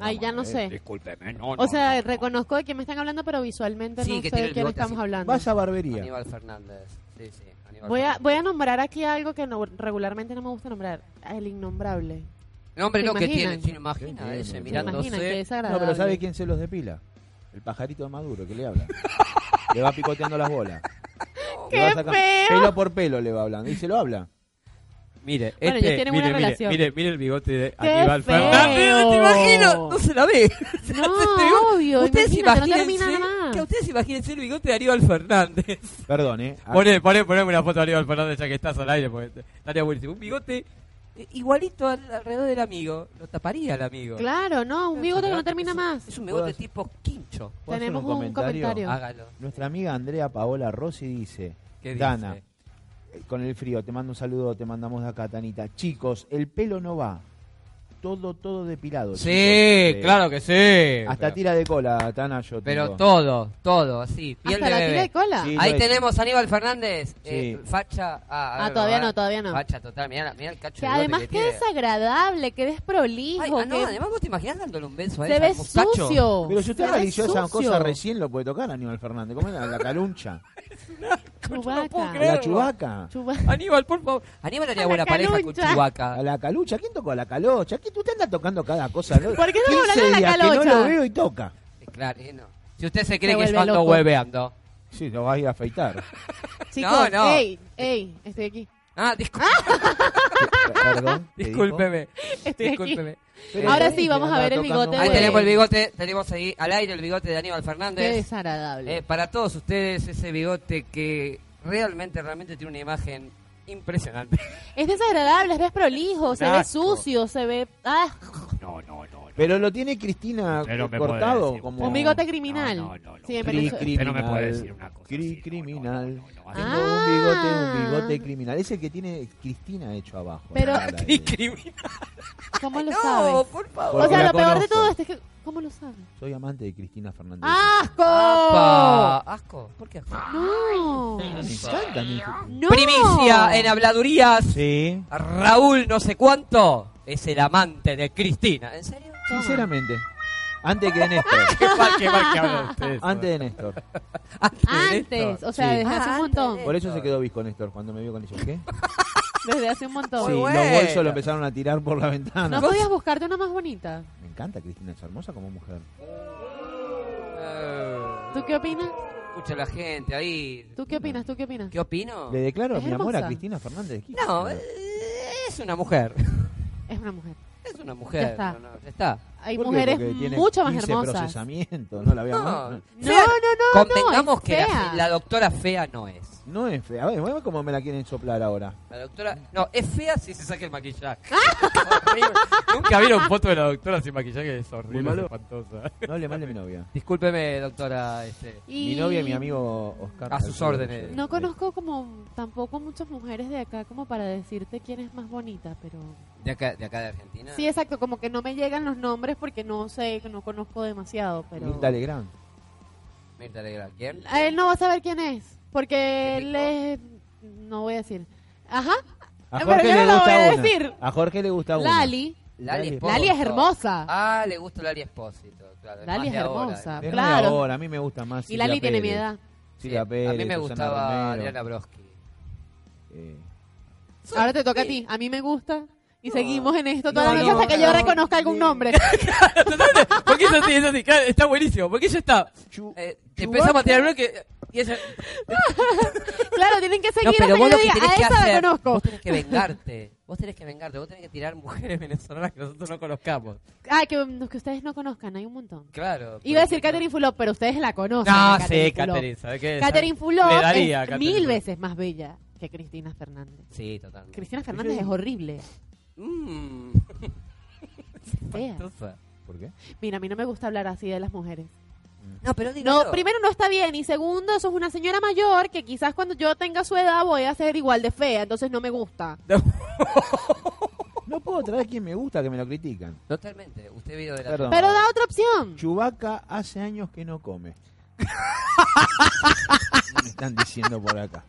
Speaker 2: Ahí ya no sé.
Speaker 6: Discúlpeme, no,
Speaker 2: O sea, reconozco de qué me están hablando, pero visualmente
Speaker 1: Sí,
Speaker 2: no
Speaker 1: que
Speaker 2: sé
Speaker 1: tiene
Speaker 2: de
Speaker 1: el
Speaker 2: quién
Speaker 1: bigote
Speaker 2: estamos
Speaker 1: así.
Speaker 2: hablando.
Speaker 4: Vaya barbería.
Speaker 1: Aníbal Fernández. Sí, sí, Aníbal
Speaker 2: Voy a,
Speaker 1: Fernández.
Speaker 2: voy a nombrar aquí algo que no- regularmente no me gusta nombrar. El innombrable.
Speaker 1: No, hombre,
Speaker 2: ¿Se
Speaker 1: no, que
Speaker 2: imaginan?
Speaker 1: tiene, ¿se imagina
Speaker 4: Sí,
Speaker 1: ese
Speaker 4: sí,
Speaker 2: ¿Se
Speaker 1: mirándose?
Speaker 2: imaginan qué
Speaker 4: No,
Speaker 2: desagradable?
Speaker 4: pero ¿sabe quién se los depila? El pajarito de Maduro que
Speaker 2: (laughs)
Speaker 4: le habla. le va picoteando las bolas. Le va
Speaker 2: ¡Qué
Speaker 4: sacando-
Speaker 2: feo!
Speaker 4: Pelo por pelo le va hablando. Y se lo habla.
Speaker 3: Mire,
Speaker 2: Bueno, ellos
Speaker 3: este,
Speaker 2: tienen
Speaker 3: mire,
Speaker 2: buena
Speaker 3: mire,
Speaker 2: relación.
Speaker 3: mire, mire el bigote de
Speaker 2: ¡Qué
Speaker 3: Aníbal
Speaker 2: feo!
Speaker 3: Fernández.
Speaker 1: ¡No te imagino! No se la ve.
Speaker 2: No,
Speaker 1: (laughs) Se ve un-
Speaker 2: obvio.
Speaker 1: Ustedes
Speaker 2: imagínate, no
Speaker 1: imagínense,
Speaker 2: termina nada.
Speaker 1: que ustedes imagínense el bigote de Aníbal Fernández.
Speaker 4: Perdón, ¿eh? Ah,
Speaker 3: Poné, poné, poneme una foto de Aníbal Fernández ya que estás al aire, porque estaría buenísimo.
Speaker 1: Un bigote eh, igualito al- alrededor del amigo. Lo taparía el amigo.
Speaker 2: Claro, no, un bigote que no termina
Speaker 1: Es un-
Speaker 2: más.
Speaker 1: Es un bigote
Speaker 4: Puedas-
Speaker 1: tipo quincho.
Speaker 4: ¿puedo hacer
Speaker 2: Tenemos un comentario.
Speaker 1: Hágalo.
Speaker 4: Nuestra amiga Andrea Paola Rossi dice,
Speaker 1: ¿Qué dice?
Speaker 4: Dana, eh, con el frío, te mando un saludo, te mandamos de acá, Tanita. Chicos, el pelo no va. Todo, todo depilado.
Speaker 1: Sí,
Speaker 4: chicos. Eh,
Speaker 1: claro que sí.
Speaker 4: Hasta
Speaker 1: Pero-
Speaker 4: tira de cola, Tana, yo
Speaker 1: Pero
Speaker 4: tengo.
Speaker 1: todo, todo, así. Piel
Speaker 2: Hasta la
Speaker 1: de bebé.
Speaker 2: tira de cola.
Speaker 4: Sí.
Speaker 1: Ahí
Speaker 4: lo he
Speaker 1: tenemos a Aníbal Fernández. eh,
Speaker 4: Sí.
Speaker 1: facha. Ah, a
Speaker 2: Ah,
Speaker 1: ver,
Speaker 2: todavía
Speaker 1: a ver.
Speaker 2: no, todavía no.
Speaker 1: Facha total. Mirá, mirá el cacho
Speaker 2: Que
Speaker 1: de bigote
Speaker 2: además
Speaker 1: que
Speaker 2: qué
Speaker 1: tiene.
Speaker 2: desagradable, qué
Speaker 1: Ay,
Speaker 2: desprolijo,
Speaker 1: ah, no,
Speaker 2: que
Speaker 1: además vos te imaginás dándole un beso a
Speaker 2: se
Speaker 1: esa
Speaker 2: ve
Speaker 1: mostacho.
Speaker 2: sucio.
Speaker 4: Pero si usted
Speaker 2: se ve
Speaker 4: analizó esa
Speaker 2: sucio.
Speaker 4: cosa recién, lo puede tocar Aníbal Fernández. ¿Cómo era? La caluncha.
Speaker 1: no puedo
Speaker 2: Chubaca.
Speaker 1: creer.
Speaker 4: la
Speaker 1: Claro.
Speaker 4: chubaca.
Speaker 2: Chuba-
Speaker 1: Aníbal, por favor. Aníbal haría
Speaker 2: La
Speaker 1: buena pareja con
Speaker 2: calucha.
Speaker 4: A
Speaker 1: Chewbacca.
Speaker 4: la calucha. ¿Quién tocó a la calocha? ¿Quién, usted anda tocando cada cosa. ¿no?
Speaker 2: ¿Por qué estamos
Speaker 4: 15
Speaker 2: hablando de la
Speaker 4: días Que
Speaker 2: calocha?
Speaker 4: no lo veo y toca.
Speaker 1: Eh, Claro, eh, no. Si usted se cree
Speaker 2: Se
Speaker 1: que yo
Speaker 2: vuelve
Speaker 1: ando
Speaker 2: loco.
Speaker 1: hueveando.
Speaker 4: Sí, lo vas a ir
Speaker 1: (laughs)
Speaker 4: a afeitar.
Speaker 2: Chicos,
Speaker 1: no.
Speaker 2: ey, ey, estoy aquí.
Speaker 1: Ah, disculpe.
Speaker 4: Perdón. ¿qué dijo?
Speaker 1: discúlpeme.
Speaker 2: Estoy aquí.
Speaker 1: Discúlpeme.
Speaker 4: Pero
Speaker 2: Ahora
Speaker 4: tenés
Speaker 2: sí,
Speaker 4: que
Speaker 2: vamos a
Speaker 4: andar
Speaker 2: ver el
Speaker 4: tocando
Speaker 2: bigote
Speaker 4: un
Speaker 1: Ahí
Speaker 2: de-
Speaker 1: tenemos el bigote, tenemos ahí al aire el bigote de Aníbal
Speaker 2: Qué
Speaker 1: Fernández.
Speaker 2: desagradable.
Speaker 1: Eh, para todos ustedes, ese bigote que realmente, realmente tiene una imagen
Speaker 2: (laughs)
Speaker 1: impresionante.
Speaker 2: es desagradable, es desprolijo, se ve
Speaker 1: asco.
Speaker 2: sucio, se ve ah,
Speaker 6: no, no, no.
Speaker 4: Pero lo tiene Cristina
Speaker 6: Pero me puede
Speaker 4: cortado
Speaker 6: decir.
Speaker 4: como
Speaker 2: un bigote criminal.
Speaker 6: No, no, no.
Speaker 2: Sí, en
Speaker 4: Cri-
Speaker 2: Venezuela.
Speaker 4: criminal.
Speaker 6: Pero me puede decir una cosa
Speaker 4: Cri-
Speaker 6: así, no,
Speaker 4: criminal.
Speaker 6: no, no, no, no.
Speaker 4: Tengo
Speaker 2: Ah.
Speaker 4: un bigote, un bigote criminal. Es el que tiene Cristina hecho abajo.
Speaker 2: Pero-
Speaker 4: en la cara eh.
Speaker 1: Y
Speaker 4: ahí.
Speaker 1: criminal.
Speaker 2: ¿Cómo lo
Speaker 1: No,
Speaker 2: sabes?
Speaker 1: por favor.
Speaker 2: O
Speaker 4: Porque
Speaker 2: sea,
Speaker 4: la
Speaker 2: lo peor de
Speaker 4: conozco.
Speaker 2: todo esto es que ¿cómo lo sabes?
Speaker 4: Soy amante de Cristina Fernández.
Speaker 2: ¡Asco!
Speaker 1: Apa. Asco. ¿Por qué asco?
Speaker 2: No.
Speaker 4: Me encanta a mí Cristina.
Speaker 2: No.
Speaker 1: Primicia en habladurías.
Speaker 4: Sí.
Speaker 1: Raúl no sé cuánto es el amante de Cristina. ¿En serio?
Speaker 4: Sinceramente. Antes que de
Speaker 2: (laughs)
Speaker 4: Néstor.
Speaker 3: Qué mal, qué mal que hablan ustedes.
Speaker 4: Antes de Néstor.
Speaker 1: Antes. de
Speaker 2: Antes,
Speaker 1: esto.
Speaker 2: o sea,
Speaker 4: Sí.
Speaker 2: desde hace
Speaker 5: Ah,
Speaker 2: un montón.
Speaker 4: Por eso se quedó visco Néstor cuando me vio con ellos. ¿Qué?
Speaker 2: Desde hace un montón.
Speaker 4: Sí,
Speaker 1: bueno.
Speaker 4: los bolsos lo empezaron a tirar por la
Speaker 2: ¿No
Speaker 4: ventana.
Speaker 2: podías buscarte una más bonita?
Speaker 4: Me encanta Cristina, es hermosa como mujer.
Speaker 1: Eh,
Speaker 2: ¿Tú qué opinas?
Speaker 1: Escucha la gente ahí.
Speaker 2: ¿Tú qué opinas? ¿Tú qué opinas?
Speaker 1: ¿Qué opino?
Speaker 4: Le declaro
Speaker 2: Es
Speaker 4: mi amor
Speaker 2: hermosa.
Speaker 4: a Cristina Fernández. ¿Qué
Speaker 1: No,
Speaker 4: hizo?
Speaker 1: eh, es una mujer. (laughs)
Speaker 2: Es una mujer.
Speaker 1: Es una mujer.
Speaker 2: Ya está.
Speaker 1: No, no, ya está.
Speaker 2: Hay
Speaker 4: ¿Por qué?
Speaker 2: mujeres
Speaker 4: Porque tiene
Speaker 2: mucho más
Speaker 4: 15
Speaker 2: hermosas. No,
Speaker 4: procesamiento, no la veo
Speaker 1: No,
Speaker 4: más.
Speaker 2: no, no.
Speaker 1: Convengamos
Speaker 2: no, es
Speaker 1: que la,
Speaker 2: fea.
Speaker 1: la doctora fea no es.
Speaker 4: No es fea. A ver, vemos cómo me la quieren soplar ahora.
Speaker 1: La doctora. No, es fea si se saca el
Speaker 2: (laughs)
Speaker 1: maquillaje.
Speaker 3: Nunca vieron foto de la doctora sin maquillaje, es
Speaker 4: Muy
Speaker 3: horrible, es
Speaker 4: malo.
Speaker 3: espantosa.
Speaker 4: No hable mal de mi novia.
Speaker 1: Discúlpeme, doctora. Este.
Speaker 2: Y
Speaker 4: Mi novia y mi amigo Oscar.
Speaker 1: A sus órdenes.
Speaker 2: No conozco como tampoco muchas mujeres de acá como para decirte quién es más bonita, pero...
Speaker 1: De acá, de acá de Argentina.
Speaker 2: Sí, exacto, como que no me llegan los nombres porque no sé, no conozco demasiado, pero...
Speaker 4: Mirta Legrand.
Speaker 1: Mirta Legrand. ¿Quién?
Speaker 2: A Él no va a saber quién es, porque él
Speaker 1: Rico.
Speaker 2: es... No voy a decir. Ajá.
Speaker 4: A
Speaker 2: Pero
Speaker 4: Jorge
Speaker 2: yo
Speaker 4: le
Speaker 2: no lo
Speaker 4: gusta
Speaker 2: voy a
Speaker 4: una.
Speaker 2: decir.
Speaker 4: A Jorge le gusta una.
Speaker 2: Lali.
Speaker 4: Lali
Speaker 1: Lali,
Speaker 2: Lali es
Speaker 1: Espósito.
Speaker 2: hermosa.
Speaker 1: Ah, le gusta Lali Espósito. Claro,
Speaker 2: Lali
Speaker 1: más
Speaker 2: es
Speaker 1: de ahora,
Speaker 2: hermosa.
Speaker 1: ¿no?
Speaker 4: Es muy
Speaker 2: Claro.
Speaker 4: ahora, a mí me gusta más.
Speaker 2: Y Lali
Speaker 4: Silvia
Speaker 2: tiene mi
Speaker 4: Pérez.
Speaker 2: edad.
Speaker 1: Sí,
Speaker 4: Silvia Pérez,
Speaker 1: a mí me
Speaker 4: Susana
Speaker 1: gustaba
Speaker 4: Romero.
Speaker 1: Adriana Broski.
Speaker 4: Eh,
Speaker 2: Ahora te toca a ti. A mí me gusta. Y seguimos en esto toda
Speaker 1: No,
Speaker 2: la noche
Speaker 1: no,
Speaker 2: hasta que yo
Speaker 1: no.
Speaker 2: reconozca algún
Speaker 1: (laughs)
Speaker 2: nombre.
Speaker 3: Porque es así, es así. claro, Está buenísimo. Porque ella está.
Speaker 4: chu-
Speaker 1: Eh, te empezamos a tirar uno que. Y esa-
Speaker 2: Claro, tienen que seguir
Speaker 1: no, pero
Speaker 2: hasta
Speaker 1: vos
Speaker 2: que
Speaker 1: lo que
Speaker 2: yo diga,
Speaker 1: tenés
Speaker 2: a
Speaker 1: que
Speaker 2: esa la
Speaker 1: hacer.
Speaker 2: conozco.
Speaker 1: Vos tenés que vengarte. Vos tenés que vengarte. Vos tenés que tirar mujeres (laughs) venezolanas que nosotros no conozcamos.
Speaker 2: Ah, que, mm, que ustedes no conozcan, hay un montón.
Speaker 1: Claro.
Speaker 2: Iba a
Speaker 1: porque-
Speaker 2: decir Catherine Fulop, pero ustedes la conocen.
Speaker 3: No,
Speaker 2: a
Speaker 3: sí,
Speaker 2: Fulop.
Speaker 3: Catherine. ¿sabes qué?
Speaker 2: Catherine Fulop
Speaker 3: Le daría a
Speaker 2: es
Speaker 3: Catherine
Speaker 2: mil
Speaker 3: Fulop.
Speaker 2: veces más bella que Cristina Fernández.
Speaker 1: Sí, totalmente.
Speaker 2: Cristina Fernández es horrible.
Speaker 1: Mm.
Speaker 2: Fea.
Speaker 1: Tofa.
Speaker 4: ¿Por qué?
Speaker 2: Mira, a mí no me gusta hablar así de las mujeres.
Speaker 1: No, pero digo.
Speaker 2: No, primero no está bien y segundo, sos una señora mayor que quizás cuando yo tenga su edad voy a ser igual de fea, entonces no me gusta.
Speaker 4: No puedo traer quien me gusta que me lo critican.
Speaker 1: Totalmente. Usted vino de la.
Speaker 4: Perdón.
Speaker 2: Pero da otra opción.
Speaker 4: Chubaca hace años que no come. me están diciendo por acá.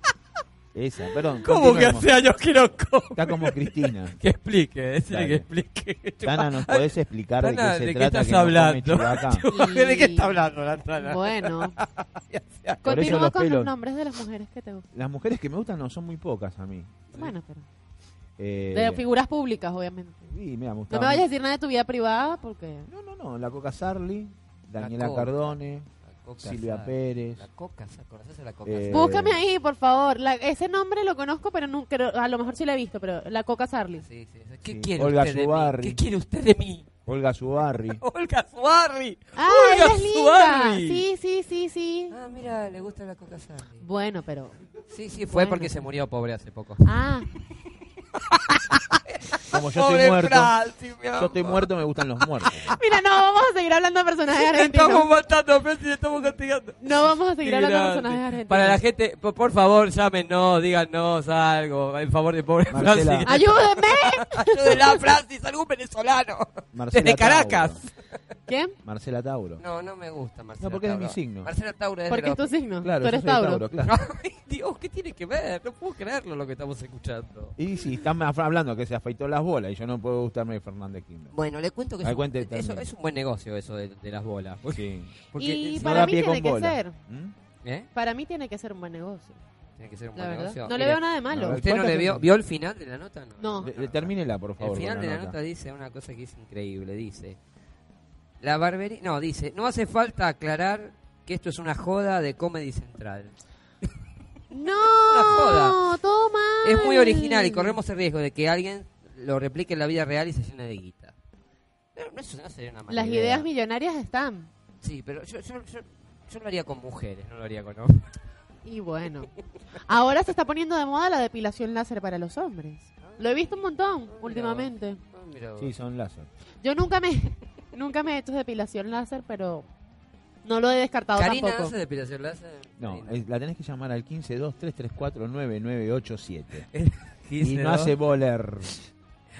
Speaker 4: Esa, perdón.
Speaker 3: ¿Cómo que
Speaker 4: continuemos.
Speaker 3: hace años que no come?
Speaker 4: Está como Cristina.
Speaker 3: (laughs) Que explique, decirle
Speaker 4: Dale.
Speaker 3: que explique.
Speaker 4: Tana, ¿nos podés explicar de
Speaker 3: Tana,
Speaker 4: qué se
Speaker 3: ¿de qué
Speaker 4: trata
Speaker 3: estás
Speaker 4: que no come
Speaker 3: hablando? (laughs)
Speaker 4: Chewbacca?
Speaker 3: ¿De qué está hablando la Tana? (laughs)
Speaker 2: Bueno,
Speaker 4: Por
Speaker 2: continúa
Speaker 4: eso los
Speaker 2: con los
Speaker 4: pelos.
Speaker 2: nombres de las mujeres que te gustan.
Speaker 4: Las mujeres que me gustan no son muy pocas a mí.
Speaker 2: Bueno, pero
Speaker 4: Eh,
Speaker 2: de figuras públicas, obviamente.
Speaker 4: sí, mira,
Speaker 2: No
Speaker 4: me gustaba
Speaker 2: me vayas a decir nada de tu vida privada porque
Speaker 4: mucho. No, no, no. La Coca Sarli, Daniela
Speaker 1: Coca.
Speaker 4: Cardone,
Speaker 1: La coca
Speaker 4: Silvia
Speaker 1: asada.
Speaker 4: Pérez.
Speaker 1: La coca, asada. ¿conoces a la coca?
Speaker 4: Eh,
Speaker 1: asada?
Speaker 2: búscame ahí, por favor. La- ese nombre lo conozco, pero nunca a lo mejor sí lo he visto, pero la Coca Sarli.
Speaker 1: Sí, sí, sí. ¿Qué
Speaker 4: sí.
Speaker 1: quiere
Speaker 4: Olga
Speaker 1: usted de
Speaker 4: Zubarri.
Speaker 1: mí? ¿Qué quiere usted de mí? (laughs)
Speaker 4: Olga
Speaker 3: (laughs)
Speaker 4: Zubarri.
Speaker 3: Oh,
Speaker 1: Olga Suarri.
Speaker 2: Ah,
Speaker 3: Olga
Speaker 2: ella es linda.
Speaker 3: Suárez.
Speaker 2: Sí, sí, sí, sí.
Speaker 1: Ah, mira, le gusta la coca asada.
Speaker 2: Bueno, pero
Speaker 1: Sí, sí, fue
Speaker 2: Bueno.
Speaker 1: porque se murió pobre hace poco.
Speaker 4: (laughs)
Speaker 2: ah,
Speaker 4: Como yo estoy
Speaker 1: Pobre
Speaker 4: muerto.
Speaker 1: Francis, mi
Speaker 4: Yo estoy
Speaker 1: amor.
Speaker 4: muerto, me gustan
Speaker 3: (laughs)
Speaker 4: los muertos.
Speaker 2: mira, no vamos a seguir hablando de personajes
Speaker 3: Estamos
Speaker 2: argentinos.
Speaker 3: matando a Francis, le estamos castigando.
Speaker 2: No vamos a seguir hablando de
Speaker 3: Ignorante.
Speaker 2: personajes argentinos.
Speaker 3: Para la gente, por, por favor, llámenos, díganos algo, en favor de pobre
Speaker 4: Marcela.
Speaker 3: Francis.
Speaker 2: ¡Ayúdenme!
Speaker 1: Ayúdela, Francis, algún venezolano.
Speaker 4: Marcela
Speaker 3: Desde Caracas.
Speaker 4: Tauro. (laughs)
Speaker 2: ¿Quién?
Speaker 4: Marcela Tauro.
Speaker 1: No, no me gusta Marcela
Speaker 4: No, porque es
Speaker 1: Tauro.
Speaker 4: mi signo.
Speaker 1: Marcela Tauro es de
Speaker 2: Porque es
Speaker 1: los- (laughs)
Speaker 2: tu signo.
Speaker 4: Claro,
Speaker 2: Tú
Speaker 4: yo
Speaker 2: eres
Speaker 4: soy Tauro,
Speaker 3: (laughs)
Speaker 2: Tauro.
Speaker 4: claro.
Speaker 1: Ay, Dios, ¿qué tiene que ver? No puedo creerlo lo que estamos escuchando.
Speaker 4: Y sí, están af- hablando que se afeitó las bolas y yo no puedo gustarme de Fernández Quimbo.
Speaker 1: Bueno, le cuento que
Speaker 4: Ay,
Speaker 1: es un,
Speaker 4: cuente
Speaker 1: eso,
Speaker 4: también.
Speaker 1: es un buen negocio eso de, de las bolas. (laughs) Porque,
Speaker 4: Sí.
Speaker 2: Y
Speaker 1: es-
Speaker 2: para mí tiene que ser.
Speaker 4: ¿Mm?
Speaker 1: ¿eh?
Speaker 2: Para mí tiene que ser un buen negocio.
Speaker 1: Tiene que ser un
Speaker 2: La
Speaker 1: buen
Speaker 2: verdad.
Speaker 1: negocio.
Speaker 2: No le
Speaker 1: Mire,
Speaker 2: veo nada de
Speaker 4: A
Speaker 2: malo.
Speaker 4: ver,
Speaker 1: ¿Usted no le
Speaker 4: ¿cuántas-
Speaker 1: vio, vio el final de la nota? No.
Speaker 2: No.
Speaker 4: Le- le- Termínela, por favor.
Speaker 1: El final
Speaker 4: con
Speaker 1: de
Speaker 4: la
Speaker 1: la
Speaker 4: nota.
Speaker 1: nota dice una cosa que es increíble, dice. La barbería, no, dice, no hace falta aclarar que esto es una joda de Comedy Central.
Speaker 2: No,
Speaker 1: joda.
Speaker 2: todo mal.
Speaker 1: Es muy original y corremos el riesgo de que alguien lo replique en la vida real y se llene de guita. Pero eso no sería una mala
Speaker 2: Las
Speaker 1: idea.
Speaker 2: ideas millonarias están.
Speaker 1: Sí, pero yo, yo, yo, yo lo haría con mujeres, no lo haría con hombres.
Speaker 2: (laughs) Y bueno. Ahora se está poniendo de moda la depilación láser para los hombres. Lo he visto un montón últimamente.
Speaker 1: Ah, mira vos.
Speaker 4: Sí, son láser.
Speaker 2: Yo nunca me (laughs) nunca me he hecho depilación láser, pero no lo he descartado
Speaker 1: Karina
Speaker 2: tampoco.
Speaker 1: hace depilación láser.
Speaker 4: No, eh,
Speaker 1: Karina.
Speaker 4: es- la tenés que llamar al
Speaker 1: (laughs)
Speaker 4: 1523349987. Y
Speaker 3: 15,
Speaker 4: no
Speaker 1: Eh,
Speaker 4: hace voler.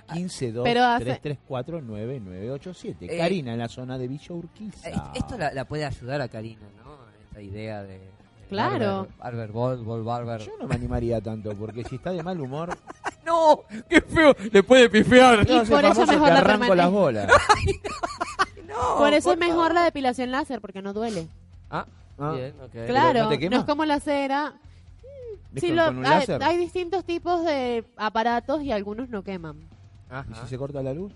Speaker 1: Ah.
Speaker 4: 15 2
Speaker 2: Pero hace-
Speaker 4: 3 3 4 9 9 8 7
Speaker 1: Eh,
Speaker 4: Karina en la zona de Villa Urquiza
Speaker 1: Eh, Esto la, la puede ayudar a Karina, ¿no? Esta idea de... de
Speaker 2: Claro.
Speaker 1: Barber, barber Ball, Ball Barber.
Speaker 4: yo no me animaría tanto porque si está de mal humor
Speaker 3: No, qué feo, le puede pifear.
Speaker 2: (laughs) Y
Speaker 4: no, soy
Speaker 2: por eso
Speaker 4: famoso
Speaker 2: mejor
Speaker 4: que
Speaker 2: la
Speaker 4: arranco
Speaker 2: permane-
Speaker 4: las bolas
Speaker 2: (laughs) Por eso es mejor la depilación láser, porque no duele.
Speaker 1: Ah,
Speaker 4: Ah.
Speaker 1: bien, ok.
Speaker 2: Claro,
Speaker 4: no te quema?
Speaker 2: no es como la cera.
Speaker 4: ¿Ves
Speaker 2: Sí,
Speaker 4: con,
Speaker 2: lo-
Speaker 4: con un
Speaker 2: hay,
Speaker 4: láser
Speaker 2: hay distintos tipos de aparatos y algunos no queman.
Speaker 4: y
Speaker 1: Ajá.
Speaker 4: si se corta la luz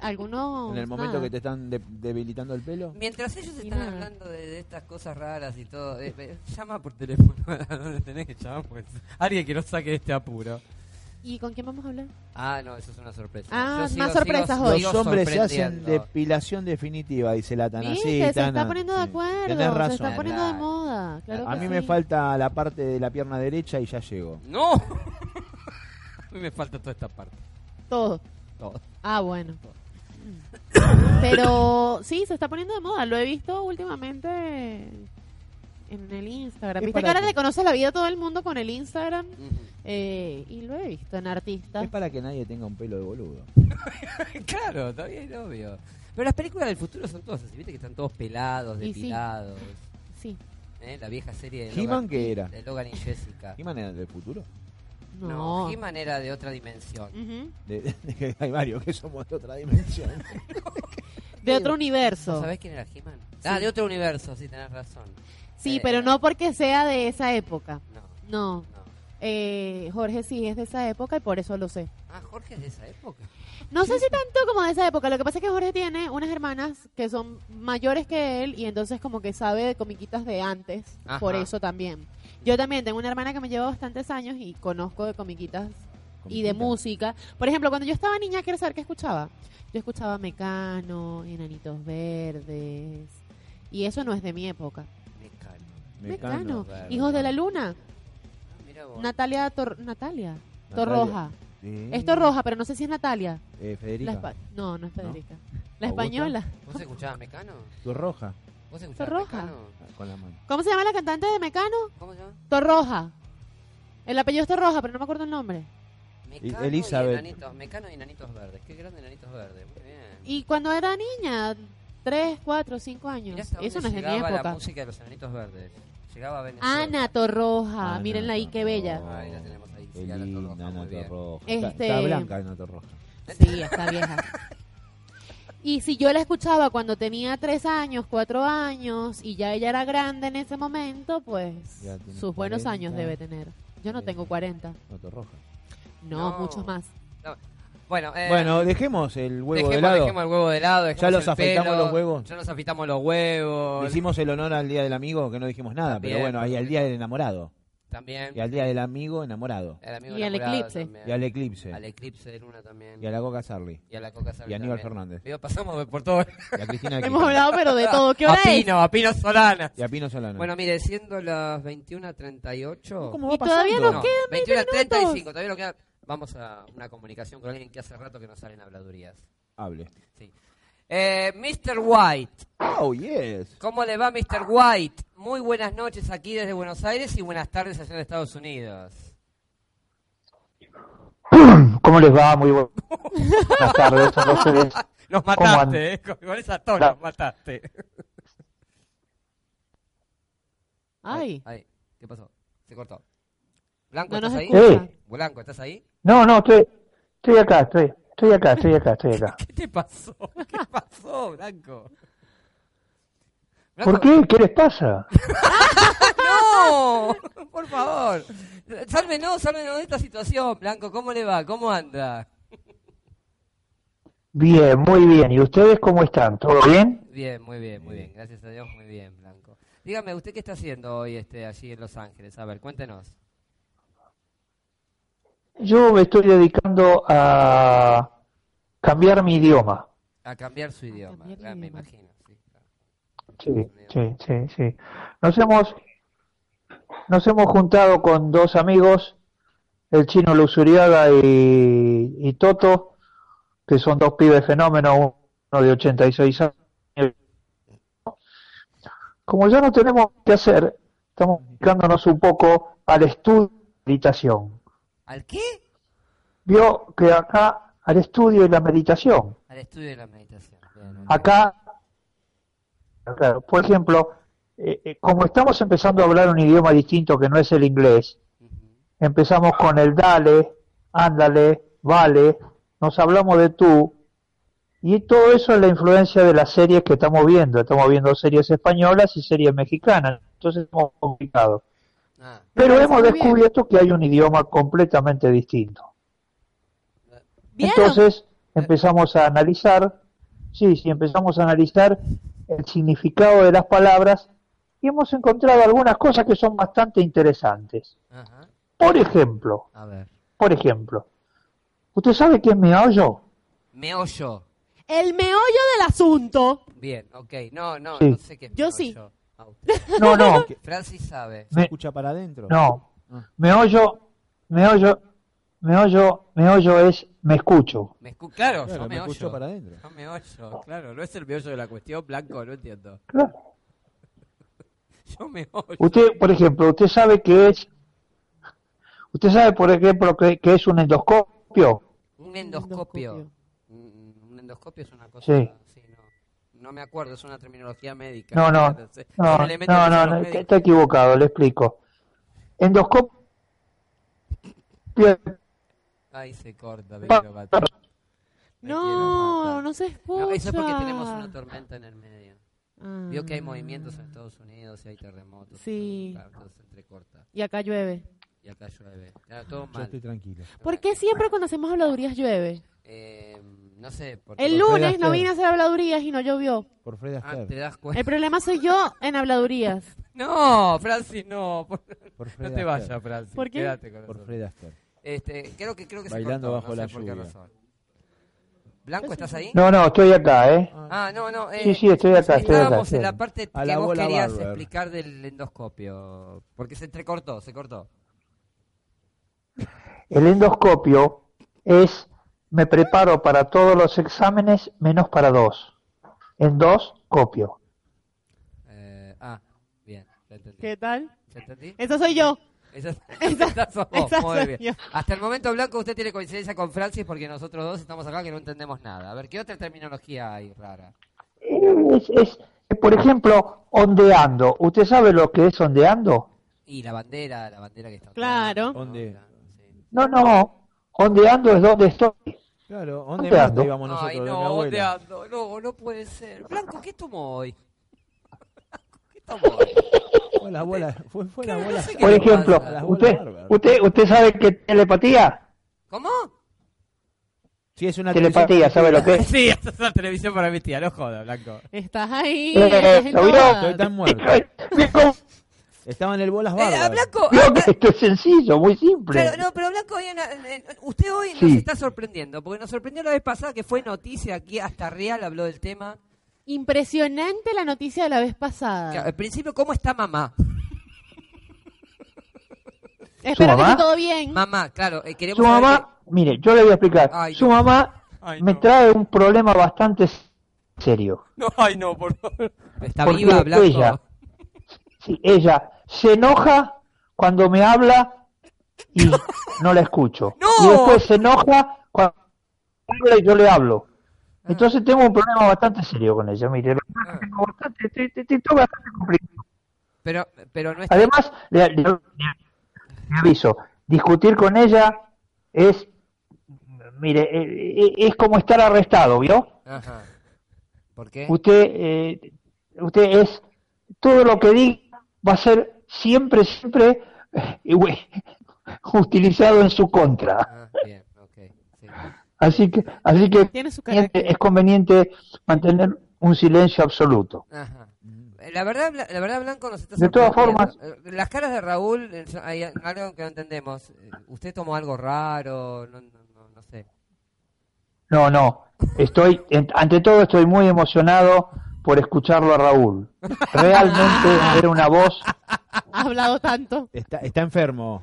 Speaker 2: Algunos.
Speaker 4: en el momento
Speaker 2: nada.
Speaker 4: que te están de- debilitando el pelo
Speaker 1: Mientras ellos están
Speaker 2: nada.
Speaker 1: hablando de, de estas cosas raras y todo, eh, eh, llama por teléfono (laughs) a donde tenés que llamar. Pues.
Speaker 3: Alguien que no saque este apuro.
Speaker 2: ¿Y con quién vamos a hablar?
Speaker 1: Ah, no, eso es una sorpresa.
Speaker 2: Ah,
Speaker 1: Yo
Speaker 2: más sorpresas hoy.
Speaker 4: los
Speaker 1: sigo
Speaker 4: hombres se hacen
Speaker 1: sorprendiendo.
Speaker 4: depilación definitiva dice la Tana
Speaker 2: ¿Viste?
Speaker 4: Sí,
Speaker 2: se
Speaker 4: Tana,
Speaker 2: está poniendo de
Speaker 4: sí.
Speaker 2: acuerdo.
Speaker 4: tenés razón
Speaker 2: Se está poniendo de
Speaker 1: Claro.
Speaker 2: moda. Claro
Speaker 4: a
Speaker 2: que
Speaker 4: mí
Speaker 2: sí.
Speaker 4: me falta la parte de la pierna derecha y ya llego
Speaker 1: No. (laughs) A mí me falta toda esta parte.
Speaker 2: Todo.
Speaker 1: Todo.
Speaker 2: Ah,
Speaker 4: (coughs)
Speaker 2: bueno. Pero sí, se está poniendo de moda. Lo he visto últimamente en el Instagram.
Speaker 4: Es
Speaker 2: Viste que
Speaker 4: para
Speaker 2: ahora
Speaker 4: que-
Speaker 2: le conoce la vida a todo el mundo con el Instagram.
Speaker 1: Ujú. (laughs)
Speaker 2: Eh, y lo he visto en artistas.
Speaker 4: es para que nadie tenga un pelo de boludo
Speaker 1: claro, está bien, obvio. Pero las películas del futuro son todas así, viste que están todos pelados,
Speaker 2: Y sí.
Speaker 1: depilados.
Speaker 2: Sí.
Speaker 1: ¿eh? La vieja serie de
Speaker 4: He-Man
Speaker 1: Logan,
Speaker 4: que era
Speaker 1: de Logan y Jessica.
Speaker 4: ¿Qué manera del futuro?
Speaker 2: No.
Speaker 1: He-Man era de otra dimensión.
Speaker 2: Ujú.
Speaker 4: De- de- hay varios que somos de otra dimensión.
Speaker 2: De otro
Speaker 1: ¿No
Speaker 2: universo.
Speaker 1: sabés quién era He-Man? Ah, de otro universo, sí, tenés razón.
Speaker 2: Sí,
Speaker 1: Eh,
Speaker 2: pero no porque sea de esa época.
Speaker 1: No, no.
Speaker 2: No. Eh, Jorge sí es de esa época y por eso lo sé.
Speaker 1: Ah, Jorge es de esa época.
Speaker 2: No sé si tanto como de esa época. Lo que pasa es que Jorge tiene unas hermanas que son mayores que él y entonces como que sabe de comiquitas de antes.
Speaker 1: Ajá.
Speaker 2: Por eso también. Yo también tengo una hermana que me lleva bastantes años y conozco de comiquitas (laughs) y de música. Por ejemplo, cuando yo estaba niña, ¿quieres saber qué escuchaba? Yo escuchaba Mecano, Enanitos Verdes. Y eso no es de mi época.
Speaker 1: Me calmo.
Speaker 2: Mecano.
Speaker 4: claro.
Speaker 2: Hijos de la Luna.
Speaker 1: Ah, Mira vos.
Speaker 2: Natalia Tor- Natalia.
Speaker 4: Natalia.
Speaker 2: Torroja.
Speaker 4: Sí.
Speaker 2: Es Torroja, pero no sé si es Natalia.
Speaker 4: Eh,
Speaker 2: La
Speaker 4: Federica.
Speaker 2: espa- no, no es Federica. La
Speaker 4: ¿Augusta?
Speaker 2: española.
Speaker 1: ¿Vos escuchabas Mecano?
Speaker 4: Torroja.
Speaker 1: ¿Vos escuchabas
Speaker 2: Roja.
Speaker 1: Mecano?
Speaker 4: Ah, Con la mano.
Speaker 2: ¿Cómo se llama la cantante de Mecano?
Speaker 1: ¿Cómo se llama?
Speaker 2: Torroja. El apellido es Torroja, pero no me acuerdo el nombre.
Speaker 1: Mecano
Speaker 4: Elizabeth.
Speaker 1: Y enanitos, Mecano y Enanitos Verdes. Qué grande Enanitos Verdes. Muy bien.
Speaker 2: Y cuando era niña, 3, 4, 5 años.
Speaker 1: Mirá hasta
Speaker 2: Eso no
Speaker 1: dónde
Speaker 2: es de mi
Speaker 1: llegaba la
Speaker 2: época.
Speaker 1: música de los Enanitos Verdes. Llegaba a Venezuela.
Speaker 2: Ana Torroja.
Speaker 4: Ana
Speaker 2: Mírenla ahí, qué bella.
Speaker 4: Torroja.
Speaker 1: Ahí la tenemos ahí,
Speaker 4: Qué
Speaker 1: sí, Ana
Speaker 4: linda,
Speaker 1: Torroja,
Speaker 4: Ana
Speaker 1: muy bien.
Speaker 4: Torroja.
Speaker 2: Este-
Speaker 4: Está, está blanca Ana Torroja.
Speaker 2: Sí, está vieja. Y si yo la escuchaba cuando tenía 3 años, 4 años, y ya ella era grande en ese momento, pues
Speaker 4: Ya tiene
Speaker 2: sus buenos
Speaker 4: 40.
Speaker 2: años debe tener. Yo no tengo 40.
Speaker 4: Ana Torroja.
Speaker 2: No,
Speaker 1: No.
Speaker 2: muchos más.
Speaker 1: Bueno, eh,
Speaker 4: Bueno, dejemos el huevo
Speaker 1: dejemos,
Speaker 4: de lado.
Speaker 1: dejemos el huevo de lado. dejemos
Speaker 4: los
Speaker 1: el
Speaker 4: afeitamos
Speaker 1: pelo,
Speaker 4: los huevos.
Speaker 1: Ya nos afeitamos los huevos.
Speaker 4: Le hicimos el honor al Día del Amigo, que no dijimos nada,
Speaker 1: También.
Speaker 4: pero bueno, ahí al Día del Enamorado.
Speaker 1: También.
Speaker 4: Y al Día del Amigo enamorado.
Speaker 1: El amigo
Speaker 2: Y al
Speaker 1: enamorado
Speaker 2: eclipse.
Speaker 1: también.
Speaker 4: Y al Eclipse.
Speaker 1: Eh, Al eclipse de luna también.
Speaker 4: Y a la Coca Sarli.
Speaker 1: Y a la coca Sarli
Speaker 4: y a Aníbal
Speaker 1: también.
Speaker 4: Fernández.
Speaker 1: Digo, pasamos por todo.
Speaker 4: Y a Cristina
Speaker 2: Hemos
Speaker 4: Kirchner.
Speaker 2: hablado, pero de todo. (laughs) ¿Qué hora
Speaker 1: a
Speaker 2: es?
Speaker 1: Pino, a Pino Solana.
Speaker 4: Y a Pino Solano.
Speaker 1: Bueno, mire, siendo las 21.38.
Speaker 4: ¿Cómo va
Speaker 2: Y todavía
Speaker 4: pasando?
Speaker 2: nos quedan
Speaker 1: 21.35, todavía nos queda. Vamos a una comunicación con alguien que hace rato que no salen habladurías.
Speaker 4: Hable.
Speaker 1: Sí. Eh, Mr. White.
Speaker 4: Oh, yes.
Speaker 1: ¿Cómo le va, Mr. White? Muy buenas noches aquí desde Buenos Aires y buenas tardes allá en Estados Unidos.
Speaker 7: (clears throat) ¿Cómo les va? Muy bu- buenas tardes. No sé bien.
Speaker 1: Nos
Speaker 7: ¿Cómo andan?
Speaker 1: mataste, eh, con, con esa tona
Speaker 7: Claro.
Speaker 1: nos mataste.
Speaker 2: Ay,
Speaker 1: Ay, ¿Qué pasó? Se cortó. Blanco,
Speaker 2: no nos
Speaker 1: ¿estás ahí?
Speaker 7: escucha. Sí.
Speaker 1: Blanco, ¿estás ahí?
Speaker 7: No, no, estoy, estoy acá, estoy, estoy acá, estoy acá, estoy acá.
Speaker 1: ¿Qué te pasó? (laughs) ¿Qué pasó, Blanco?
Speaker 7: ¿Por qué? ¿Qué les pasa?
Speaker 1: ¡No! Por favor. Sálvenos, sálvenos de esta situación, Blanco. ¿Cómo le va? ¿Cómo anda?
Speaker 7: Bien, muy bien. ¿Y ustedes cómo están? ¿Todo bien?
Speaker 1: Bien, muy bien, muy bien. Gracias a Dios, muy bien, Blanco. Dígame, ¿usted qué está haciendo hoy este, allí en Los Ángeles? A ver, cuéntenos.
Speaker 7: Yo me estoy dedicando a cambiar mi idioma.
Speaker 1: A cambiar su idioma,
Speaker 2: cambiar el
Speaker 1: ah, me
Speaker 2: idioma.
Speaker 1: imagino. sí, claro.
Speaker 7: Sí, sí, sí, sí. Nos hemos, nos hemos juntado con dos amigos, el chino Luxuriaga y, y Toto, que son dos pibes fenómenos, uno de 86 años. Como ya no tenemos que hacer, estamos dedicándonos un poco al estudio de la meditación.
Speaker 1: ¿Al qué?
Speaker 7: Vio que acá, al estudio y la meditación.
Speaker 1: Al estudio de la meditación. Bien,
Speaker 2: Mm.
Speaker 1: ok.
Speaker 7: Acá, claro, por ejemplo, eh, eh, como estamos empezando a hablar un idioma distinto que no es el inglés,
Speaker 1: Ujú.
Speaker 7: empezamos con el dale, ándale, vale, nos hablamos de tú, y todo eso es la influencia de las series que estamos viendo. Estamos viendo series españolas y series mexicanas, entonces es muy complicado.
Speaker 1: Ah,
Speaker 7: Pero
Speaker 2: parece
Speaker 7: hemos
Speaker 2: muy bien.
Speaker 7: descubierto que hay un idioma completamente distinto.
Speaker 2: ¿vieron?
Speaker 7: Entonces empezamos a analizar, sí, sí, empezamos a analizar el significado de las palabras y hemos encontrado algunas cosas que son bastante interesantes.
Speaker 1: ajá.
Speaker 7: Por ejemplo,
Speaker 1: A ver.
Speaker 7: por ejemplo, ¿usted sabe qué es meollo?
Speaker 1: Me oyo.
Speaker 2: El meollo del asunto.
Speaker 1: Bien, ok. No, no,
Speaker 7: Sí.
Speaker 1: no sé qué. es
Speaker 2: Yo
Speaker 1: me
Speaker 2: sí.
Speaker 1: oyo. Ah, usted.
Speaker 7: No, no,
Speaker 1: Francis sabe.
Speaker 7: me-
Speaker 4: Escucha para adentro.
Speaker 7: Eh, no, meollo, meollo, meollo, meollo es me escucho.
Speaker 1: Me escu- claro,
Speaker 4: Claro,
Speaker 1: yo
Speaker 4: me
Speaker 1: me,
Speaker 4: escucho
Speaker 1: oyo.
Speaker 4: para adentro.
Speaker 1: Yo me oyo, claro. No es el meollo de la cuestión, Blanco, no entiendo.
Speaker 7: Claro.
Speaker 1: Yo me oyo.
Speaker 7: Usted, por ejemplo, usted sabe que es, usted sabe, por ejemplo, que, que es un endoscopio.
Speaker 1: Un endoscopio.
Speaker 2: endoscopio.
Speaker 1: Mm, Un endoscopio es una cosa.
Speaker 7: Sí.
Speaker 1: sí, no. No me acuerdo, es una terminología médica.
Speaker 7: No, no,
Speaker 1: No, sé.
Speaker 7: no,
Speaker 1: Se le meten eso
Speaker 7: no,
Speaker 1: a
Speaker 7: no,
Speaker 1: los
Speaker 7: no,
Speaker 1: médicos.
Speaker 7: está equivocado, le explico. Endoscopio Bien,
Speaker 8: Ay, se corta,
Speaker 7: pa-
Speaker 8: Pedro Pato.
Speaker 7: pa-
Speaker 8: Me quiero
Speaker 2: No,
Speaker 8: matar.
Speaker 2: no se escucha.
Speaker 1: No, eso es porque tenemos una tormenta en el medio.
Speaker 2: Ah.
Speaker 1: Vio que hay movimientos en Estados Unidos y hay terremotos.
Speaker 2: Sí.
Speaker 1: Claro, todo se entrecorta.
Speaker 2: Y acá llueve.
Speaker 1: Y acá llueve. Claro, todo
Speaker 4: Yo
Speaker 1: mal.
Speaker 4: estoy tranquilo.
Speaker 2: ¿Por qué siempre cuando hacemos habladurías llueve?
Speaker 1: Eh, no sé. por
Speaker 2: El
Speaker 1: qué.
Speaker 2: lunes no
Speaker 4: Astaire.
Speaker 2: vine a hacer habladurías y no llovió.
Speaker 4: Por Fred
Speaker 1: Ah,
Speaker 4: Astaire.
Speaker 1: te das cuenta.
Speaker 2: El problema soy yo en habladurías.
Speaker 8: No, Francis, no. por-
Speaker 4: Por Fred
Speaker 8: No te
Speaker 4: Astaire.
Speaker 8: vayas, Francis.
Speaker 2: ¿Por qué?
Speaker 8: Quédate con
Speaker 4: Por
Speaker 8: nosotros.
Speaker 4: Fred Astaire.
Speaker 1: Este, creo que creo que
Speaker 4: Bailando
Speaker 1: se cortó, no
Speaker 4: bajo la
Speaker 1: sé por qué
Speaker 4: lluvia.
Speaker 1: razón. Blanco, ¿estás ahí?
Speaker 7: No, no, estoy acá, ¿eh?
Speaker 1: Ah, no, no. eh,
Speaker 7: Sí, sí, estoy acá, estoy acá.
Speaker 1: Estábamos
Speaker 7: estoy
Speaker 1: en la
Speaker 7: acá.
Speaker 1: parte
Speaker 4: A
Speaker 1: que
Speaker 4: la
Speaker 1: vos
Speaker 4: bola
Speaker 1: querías
Speaker 4: Barber.
Speaker 1: explicar del endoscopio, porque se entrecortó, se cortó.
Speaker 7: El endoscopio es, me preparo para todos los exámenes menos para dos. Endoscopio.
Speaker 1: Eh, ah, bien, ya entendí.
Speaker 2: ¿Qué tal?
Speaker 1: ¿Ya entendí?
Speaker 2: Eso soy yo.
Speaker 1: Esa, esa sos vos,
Speaker 2: esa
Speaker 1: muy
Speaker 2: soy
Speaker 1: bien.
Speaker 2: yo.
Speaker 1: Hasta el momento, Blanco, usted tiene coincidencia con Francis porque nosotros dos estamos acá que no entendemos nada. A ver, ¿qué otra terminología hay rara?
Speaker 7: Es, es, por ejemplo, ondeando. ¿Usted sabe lo que es ondeando?
Speaker 1: Y la bandera, la bandera que está...
Speaker 2: Claro.
Speaker 4: ¿Dónde?
Speaker 1: sí.
Speaker 7: No, no. Ondeando es donde estoy.
Speaker 4: Claro, ¿dónde
Speaker 7: Te
Speaker 4: más
Speaker 7: ando.
Speaker 4: te íbamos nosotros?
Speaker 1: Ay,
Speaker 4: de mi
Speaker 1: no, ¿dónde
Speaker 4: abuela?
Speaker 1: ando? No, no puede ser. Blanco, ¿qué tomó hoy? (laughs) ¿Qué tomó hoy?
Speaker 4: Fue la abuela, fue, fue la
Speaker 1: Claro,
Speaker 4: abuela.
Speaker 1: no sé qué
Speaker 7: Por
Speaker 1: le
Speaker 7: ejemplo,
Speaker 1: pasa.
Speaker 7: ¿usted, usted, usted sabe que telepatía?
Speaker 1: ¿Ómo?
Speaker 4: Sí, es una
Speaker 7: Telepatía, ¿sabe lo que es?
Speaker 8: Sí, esa es la televisión para mi tía, no joda, Blanco.
Speaker 2: Estás ahí.
Speaker 7: (laughs) Eh,
Speaker 2: estás en
Speaker 7: lo vio.
Speaker 2: todas.
Speaker 4: Estoy tan muerto.
Speaker 7: Viejo,
Speaker 4: Estaba en el bolas
Speaker 9: Eh,
Speaker 4: bárbaro.
Speaker 9: Blanco, ah,
Speaker 7: vio que Esto es sencillo, muy simple.
Speaker 9: claro, no, pero Blanco hoy en la- en- en-
Speaker 1: Usted hoy nos
Speaker 7: Sí.
Speaker 1: está sorprendiendo, porque nos sorprendió la vez pasada que fue noticia aquí, hasta Real habló del tema.
Speaker 2: Impresionante la noticia de la vez
Speaker 7: Ah.
Speaker 2: pasada.
Speaker 1: Que, al principio, ¿cómo está mamá?
Speaker 7: ¿Mm?
Speaker 2: Espero que
Speaker 7: ¿Su mamá?
Speaker 2: esté todo bien.
Speaker 1: Mamá, claro, eh, queremos
Speaker 7: Su
Speaker 1: saber
Speaker 7: mamá, mire, yo le voy a explicar.
Speaker 1: Ay,
Speaker 7: Su
Speaker 1: no.
Speaker 7: mamá
Speaker 8: Ay,
Speaker 7: me
Speaker 8: no.
Speaker 7: trae un problema bastante serio.
Speaker 8: No, ay, no, por favor.
Speaker 1: que- está
Speaker 7: Porque
Speaker 1: viva, Blanco.
Speaker 7: ella, sí, ella se enoja cuando me habla
Speaker 1: (laughs)
Speaker 7: y no la escucho.
Speaker 1: No.
Speaker 7: Y después se enoja cuando habla y yo le hablo. Entonces tengo un problema bastante serio con ella. Mire, lo-
Speaker 1: Ah.
Speaker 7: tengo bastante, estoy- estoy- estoy bastante complicado.
Speaker 1: Pero, pero no está.
Speaker 7: Además, le, le- le- le aviso, discutir con ella es, mire, eh, eh, es como estar arrestado, ¿vio?
Speaker 1: Ajá. ¿Por qué?
Speaker 7: Usted, eh, usted es, todo lo que diga va a ser siempre, siempre eh, (laughs) güey, utilizado en su contra.
Speaker 1: Ah, bien, ok. sí.
Speaker 7: Así que, así que
Speaker 2: Tiene su
Speaker 7: es
Speaker 2: carácter.
Speaker 7: es conveniente mantener un silencio absoluto.
Speaker 1: Ajá. Eh, La verdad, Bla- la verdad, Blanco nos está
Speaker 7: De todas
Speaker 1: sorprendiendo. Eh, Las caras de Raúl, eh, son- hay algo que no entendemos. Eh, Usted tomó algo raro, no, no, no, no sé.
Speaker 7: No, no. Estoy, en- ante todo, estoy muy emocionado por escucharlo a Raúl. Realmente era una voz.
Speaker 2: Ha hablado tanto.
Speaker 4: Está, está enfermo.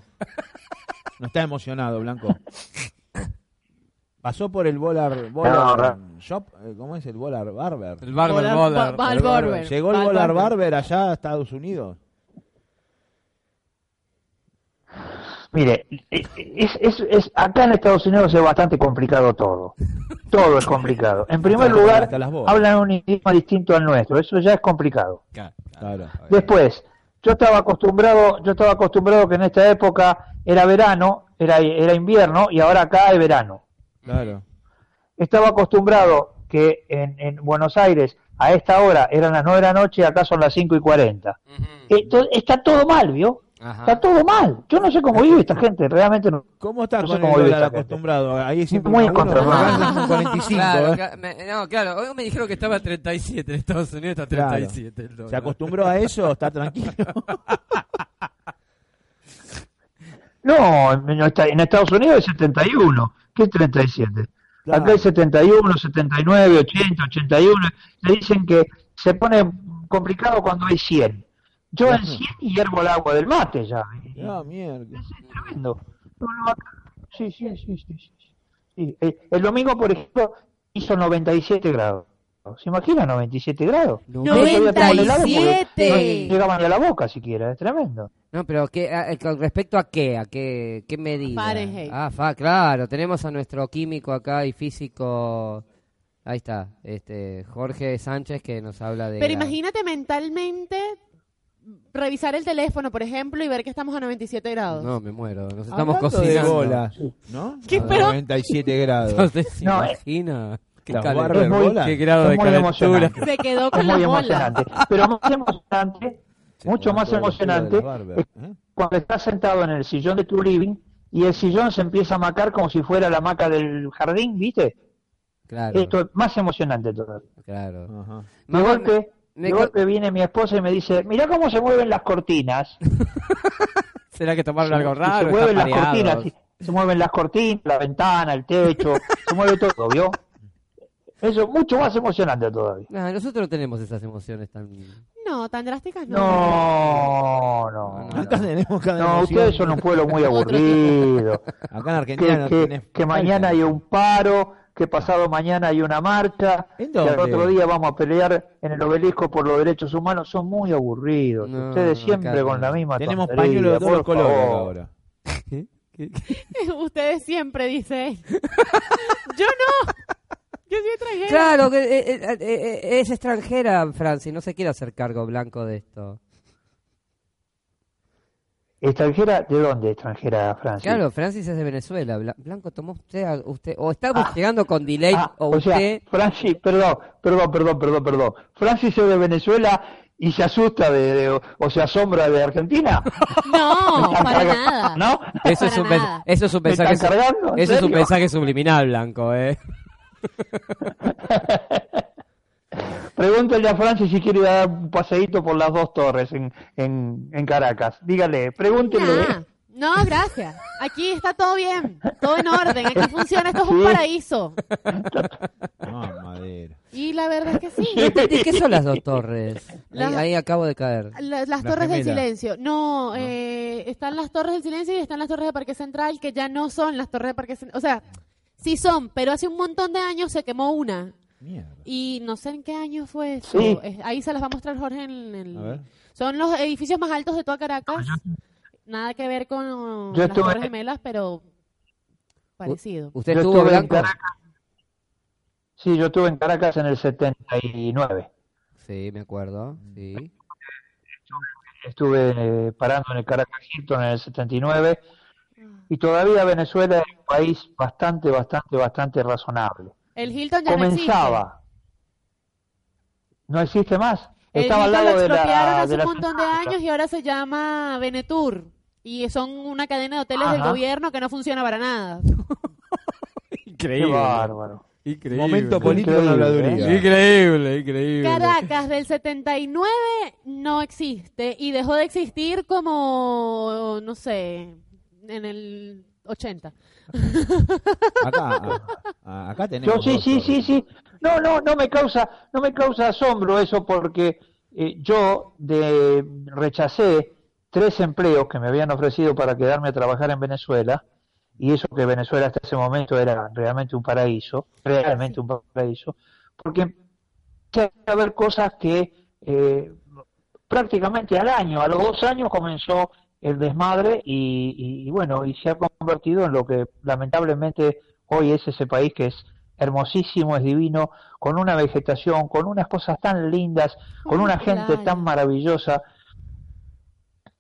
Speaker 4: No está emocionado, Blanco. Pasó por el Bolar, bolar Shop. eh, ¿Cómo es el Bolar Barber?
Speaker 8: El Barber
Speaker 2: Hola,
Speaker 8: Boller.
Speaker 2: Ba- Val
Speaker 4: El Barber.
Speaker 2: Barber.
Speaker 4: Llegó el
Speaker 2: Val
Speaker 4: Bolar
Speaker 2: Barber.
Speaker 4: Barber allá a Estados Unidos.
Speaker 7: Mire, eh, es, es- es- acá en Estados Unidos es bastante
Speaker 1: (laughs)
Speaker 7: complicado todo. Todo es complicado. En primer
Speaker 4: Hasta-
Speaker 7: lugar,
Speaker 4: hasta las voces.
Speaker 7: hablan un idioma distinto al nuestro. Eso ya es complicado.
Speaker 4: Claro.
Speaker 7: Después, yo estaba acostumbrado, yo estaba acostumbrado que en esta época era verano, era, era invierno y ahora acá es verano.
Speaker 4: Claro.
Speaker 7: estaba acostumbrado que en, en Buenos Aires a esta hora eran las 9 de la noche y acá son las 5 y 40.
Speaker 1: Ujú.
Speaker 7: Esto- está todo mal, ¿vio?
Speaker 1: Ajá.
Speaker 7: Está todo mal. Yo no sé cómo vive esta gente, realmente no.
Speaker 4: ¿Cómo está
Speaker 7: No sé
Speaker 4: con el
Speaker 7: cómo vive
Speaker 4: dólar
Speaker 7: esta gente.
Speaker 4: acostumbrado? Ahí siempre
Speaker 7: Muy
Speaker 4: uno- uno-
Speaker 7: controlado.
Speaker 4: uno gana 45,
Speaker 8: Claro,
Speaker 4: ¿eh?
Speaker 8: ca- me- no, claro, hoy me dijeron que estaba a 37 en Estados Unidos, está a
Speaker 4: Claro.
Speaker 8: 37 el dólar.
Speaker 4: ¿Se acostumbró a eso? ¿Está tranquilo?
Speaker 7: No, en, esta- en Estados Unidos es 71, que es 37.
Speaker 4: Claro.
Speaker 7: Acá es 71, 79, 80, 81. Le dicen que se pone complicado cuando hay 100. Yo en 100 hiervo el agua del mate ya.
Speaker 4: No, mierda.
Speaker 7: Es tremendo. No, no, acá- Sí, sí, sí, sí. sí, sí. Sí, El, el domingo, por ejemplo, hizo 97 grados. ¿Se imagina 97 grados? Yo todavía tomo el helado porque
Speaker 2: 97.
Speaker 7: No llegaban ni a la boca siquiera, es tremendo.
Speaker 1: No, pero ¿qué, a- eh, con respecto a qué, a qué, qué medida.
Speaker 2: Fahrenheit.
Speaker 1: Ah, fa, claro, tenemos a nuestro químico acá y físico, ahí está, este Jorge Sánchez que nos habla de...
Speaker 2: Pero
Speaker 1: la-
Speaker 2: imagínate mentalmente revisar el teléfono, por ejemplo, y ver que estamos a 97 grados.
Speaker 1: No, me muero. Nos estamos
Speaker 4: Hablando de
Speaker 1: cocinando. (laughs)
Speaker 4: bola, ¿no?
Speaker 2: ¿Qué,
Speaker 4: A
Speaker 2: pero-
Speaker 4: 97 grados.
Speaker 1: Entonces, ¿se
Speaker 7: No, eh.
Speaker 1: imagina? (laughs) ¿Qué,
Speaker 4: Las
Speaker 1: calor,
Speaker 4: barras de
Speaker 7: Es muy-
Speaker 4: bola.
Speaker 1: qué grado
Speaker 7: es
Speaker 1: de
Speaker 7: muy
Speaker 1: calentura?
Speaker 7: emocionante.
Speaker 2: Se quedó
Speaker 7: (laughs) Es
Speaker 2: con la
Speaker 7: muy
Speaker 2: bola.
Speaker 7: emocionante. Pero más emocionante,
Speaker 4: Se
Speaker 7: mucho
Speaker 4: pone todo
Speaker 7: más
Speaker 4: el pelo de
Speaker 7: emocionante,
Speaker 4: las barbas,
Speaker 7: es
Speaker 4: ¿eh?
Speaker 7: cuando estás sentado en el sillón de tu living y el sillón se empieza a macar como si fuera la maca del jardín, ¿viste?
Speaker 1: Claro,
Speaker 7: Esto es más emocionante todavía.
Speaker 1: claro.
Speaker 4: Ajá.
Speaker 7: De golpe,
Speaker 1: me-
Speaker 7: de golpe viene mi esposa y me dice, mirá cómo se mueven
Speaker 1: (laughs)
Speaker 7: las cortinas.
Speaker 1: ¿Será que tomaron
Speaker 7: Y
Speaker 1: algo raro?
Speaker 7: se mueven
Speaker 1: Están
Speaker 7: las cortinas,
Speaker 1: mareados.
Speaker 7: sí. se mueven las cortinas, la ventana,
Speaker 1: (laughs)
Speaker 7: el techo, se mueve todo, ¿vio? Eso es mucho más emocionante todavía.
Speaker 1: Nah, nosotros no tenemos esas emociones tan...
Speaker 2: No, tan drásticas no.
Speaker 7: No, no.
Speaker 1: No,
Speaker 4: Acá tenemos cada
Speaker 7: No,
Speaker 4: emoción.
Speaker 7: ustedes son un pueblo
Speaker 1: (laughs)
Speaker 7: muy aburrido.
Speaker 4: Acá en Argentina
Speaker 7: Que,
Speaker 4: no
Speaker 7: que-
Speaker 4: tenés-
Speaker 7: que mañana hay un paro, que pasado mañana hay una marcha, que
Speaker 4: ¿En
Speaker 7: al
Speaker 4: dónde?
Speaker 7: otro día vamos a pelear en el obelisco por los derechos humanos. Son muy aburridos.
Speaker 1: No,
Speaker 7: ustedes
Speaker 1: acá
Speaker 7: siempre
Speaker 1: no.
Speaker 7: con la misma
Speaker 4: Tenemos
Speaker 7: tontería,
Speaker 4: pañuelos de todos los
Speaker 7: por
Speaker 4: colores acá
Speaker 7: favor.
Speaker 4: ahora.
Speaker 2: (laughs) Ustedes siempre dicen. Yo no. Yo soy extranjera.
Speaker 10: Claro,
Speaker 1: Claro, que, eh, eh, eh, eh, es extranjera, Francis, no se quiere hacer cargo blanco de esto.
Speaker 7: ¿Extranjera? ¿De dónde extranjera, Francia?
Speaker 1: Claro, Francis es de Venezuela. Bla- Blanco, tomó usted, a- usted o está llegando con delay,
Speaker 7: Ah,
Speaker 1: o
Speaker 7: o sea, (laughs)
Speaker 1: usted...
Speaker 7: Francis, perdón, perdón, perdón, perdón, perdón. Francis es de Venezuela y se asusta de, de- o, o se asombra de Argentina.
Speaker 2: (laughs) No,
Speaker 7: Me están
Speaker 2: para
Speaker 7: cargando,
Speaker 2: nada.
Speaker 7: ¿No?
Speaker 1: Eso es,
Speaker 2: para
Speaker 1: un mens-
Speaker 2: nada.
Speaker 1: eso es un
Speaker 7: ¿Me
Speaker 1: mensaje,
Speaker 7: están
Speaker 1: su-
Speaker 7: cargando? ¿En
Speaker 1: eso es un
Speaker 7: serio?
Speaker 1: mensaje subliminal, Blanco, ¿eh?
Speaker 7: Pregúntale a Francis si quiere dar un paseíto por las dos torres en, en, en Caracas. Dígale, pregúntele.
Speaker 2: Nah. No, gracias. Aquí está todo bien, todo en orden. Aquí funciona, esto es un
Speaker 7: Sí.
Speaker 2: paraíso.
Speaker 4: No, madera.
Speaker 2: Y la verdad es que sí.
Speaker 1: ¿Y qué son las dos
Speaker 11: (laughs)
Speaker 1: torres? Ahí,
Speaker 2: Las-
Speaker 1: ahí acabo de caer.
Speaker 2: La- las
Speaker 4: La
Speaker 2: torres del
Speaker 4: gemela.
Speaker 2: silencio. No, eh, están las torres del silencio y están las torres de Parque Central, que ya no son las torres de Parque Central. O sea, sí son, pero hace un montón de años se quemó una.
Speaker 4: Mierda.
Speaker 2: Y no sé en qué año fue eso.
Speaker 7: Sí.
Speaker 2: Es- Ahí se las va a mostrar Jorge en el...
Speaker 4: A ver.
Speaker 2: Son los edificios más altos de toda Caracas. Nada que ver con
Speaker 7: Ah, Yo
Speaker 2: las
Speaker 7: estuve-
Speaker 2: Torres Gemelas, pero parecido.
Speaker 1: ¿Usted
Speaker 7: Yo
Speaker 1: estuvo
Speaker 7: estuve en
Speaker 1: blanco?
Speaker 7: Caracas. Sí, yo estuve en Caracas en el 79.
Speaker 1: Sí, me acuerdo. Sí.
Speaker 7: Estuve eh, parando en el Caracas Hilton en el 79 y todavía Venezuela era un país bastante, bastante, bastante razonable.
Speaker 2: El Hilton ya no
Speaker 7: Comenzaba. No existe más.
Speaker 2: existe. El
Speaker 7: Estaba al
Speaker 2: Hilton lo
Speaker 7: lado de
Speaker 2: expropiaron
Speaker 7: la,
Speaker 2: hace
Speaker 7: de la
Speaker 2: un montón de
Speaker 7: Sinfónica.
Speaker 2: años y ahora se llama Venetur. Y son una cadena de hoteles del
Speaker 7: Ajá.
Speaker 2: gobierno que no funciona para nada.
Speaker 7: Qué
Speaker 1: Increíble.
Speaker 7: bárbaro.
Speaker 1: Increíble.
Speaker 4: Momento político en
Speaker 7: Increíble, ¿eh?
Speaker 4: la habladuría.
Speaker 1: Increíble, increíble.
Speaker 2: Caracas del 79 no existe y dejó de existir como, no sé, en el 80.
Speaker 4: Acá, a- a- acá tenemos.
Speaker 7: Yo sí,
Speaker 4: dos
Speaker 7: sí,
Speaker 4: torres.
Speaker 7: sí, sí. No, no, no me causa, no me causa asombro eso porque eh, yo de, rechacé tres empleos que me habían ofrecido para quedarme a trabajar en Venezuela y eso que Venezuela hasta ese momento era realmente un paraíso, realmente un paraíso, porque empecé a ver cosas que eh, prácticamente al año, a los dos años comenzó el desmadre y, y- y bueno, y se ha convertido en lo que lamentablemente hoy es ese país que es hermosísimo, es divino, con una vegetación, con unas cosas tan lindas, con
Speaker 2: Una
Speaker 7: una gente
Speaker 2: playa.
Speaker 7: tan maravillosa.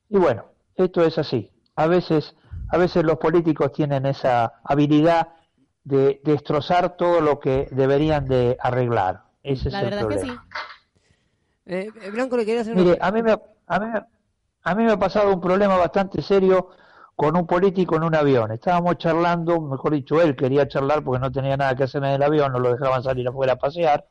Speaker 7: Y bueno, esto es así. A veces, a veces los políticos tienen esa habilidad de destrozar todo lo que deberían de arreglar. Ese
Speaker 2: La
Speaker 7: es el
Speaker 2: verdad es que sí.
Speaker 7: problema.
Speaker 1: Eh, eh, Blanco le quería hacer una-
Speaker 7: Mire, a mí, me, a, mí, me- a mí me ha pasado un problema bastante serio con un político en un avión. Estábamos charlando, mejor dicho, él quería charlar porque no tenía nada que hacer en el avión, no lo dejaban salir afuera a pasear.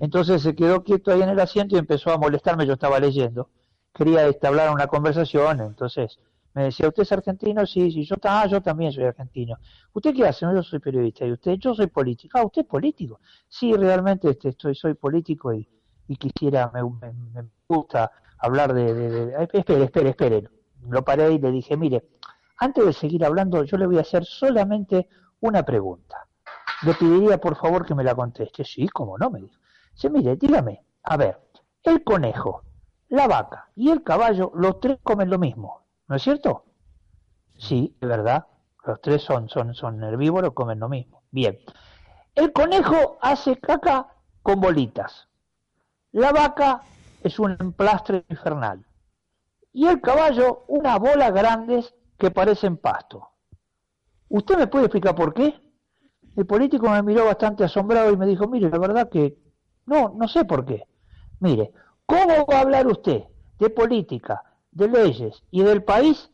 Speaker 7: Entonces se quedó quieto ahí en el asiento y empezó a molestarme, yo estaba leyendo. Quería entablar una conversación, entonces me decía, ¿usted es argentino? Sí, sí, yo, ta- ah, yo también soy argentino. ¿Usted qué hace? "No, Yo soy periodista. ¿Y usted? Yo soy político. Ah, ¿usted es político? Sí, realmente este, estoy, soy político y, y quisiera, me, me- me gusta hablar de, de- de- Ay, Espere, espere, espere. Lo paré y le dije, mire, antes de seguir hablando, yo le voy a hacer solamente una pregunta. Le pediría, por favor, que me la conteste. Sí, cómo no, me dijo. Dice, mire, dígame, a ver, el conejo, la vaca y el caballo, los tres comen lo mismo, ¿no es cierto? Sí, es verdad. Los tres son, son, son herbívoros, comen lo mismo. Bien. El conejo hace caca con bolitas. La vaca es un emplastre infernal. y el caballo unas bolas grandes que parecen pasto. ¿Usted me puede explicar por qué? El político me miró bastante asombrado y me dijo, mire, la verdad que no, no sé por qué. Mire, ¿cómo va a hablar usted de política, de leyes y del país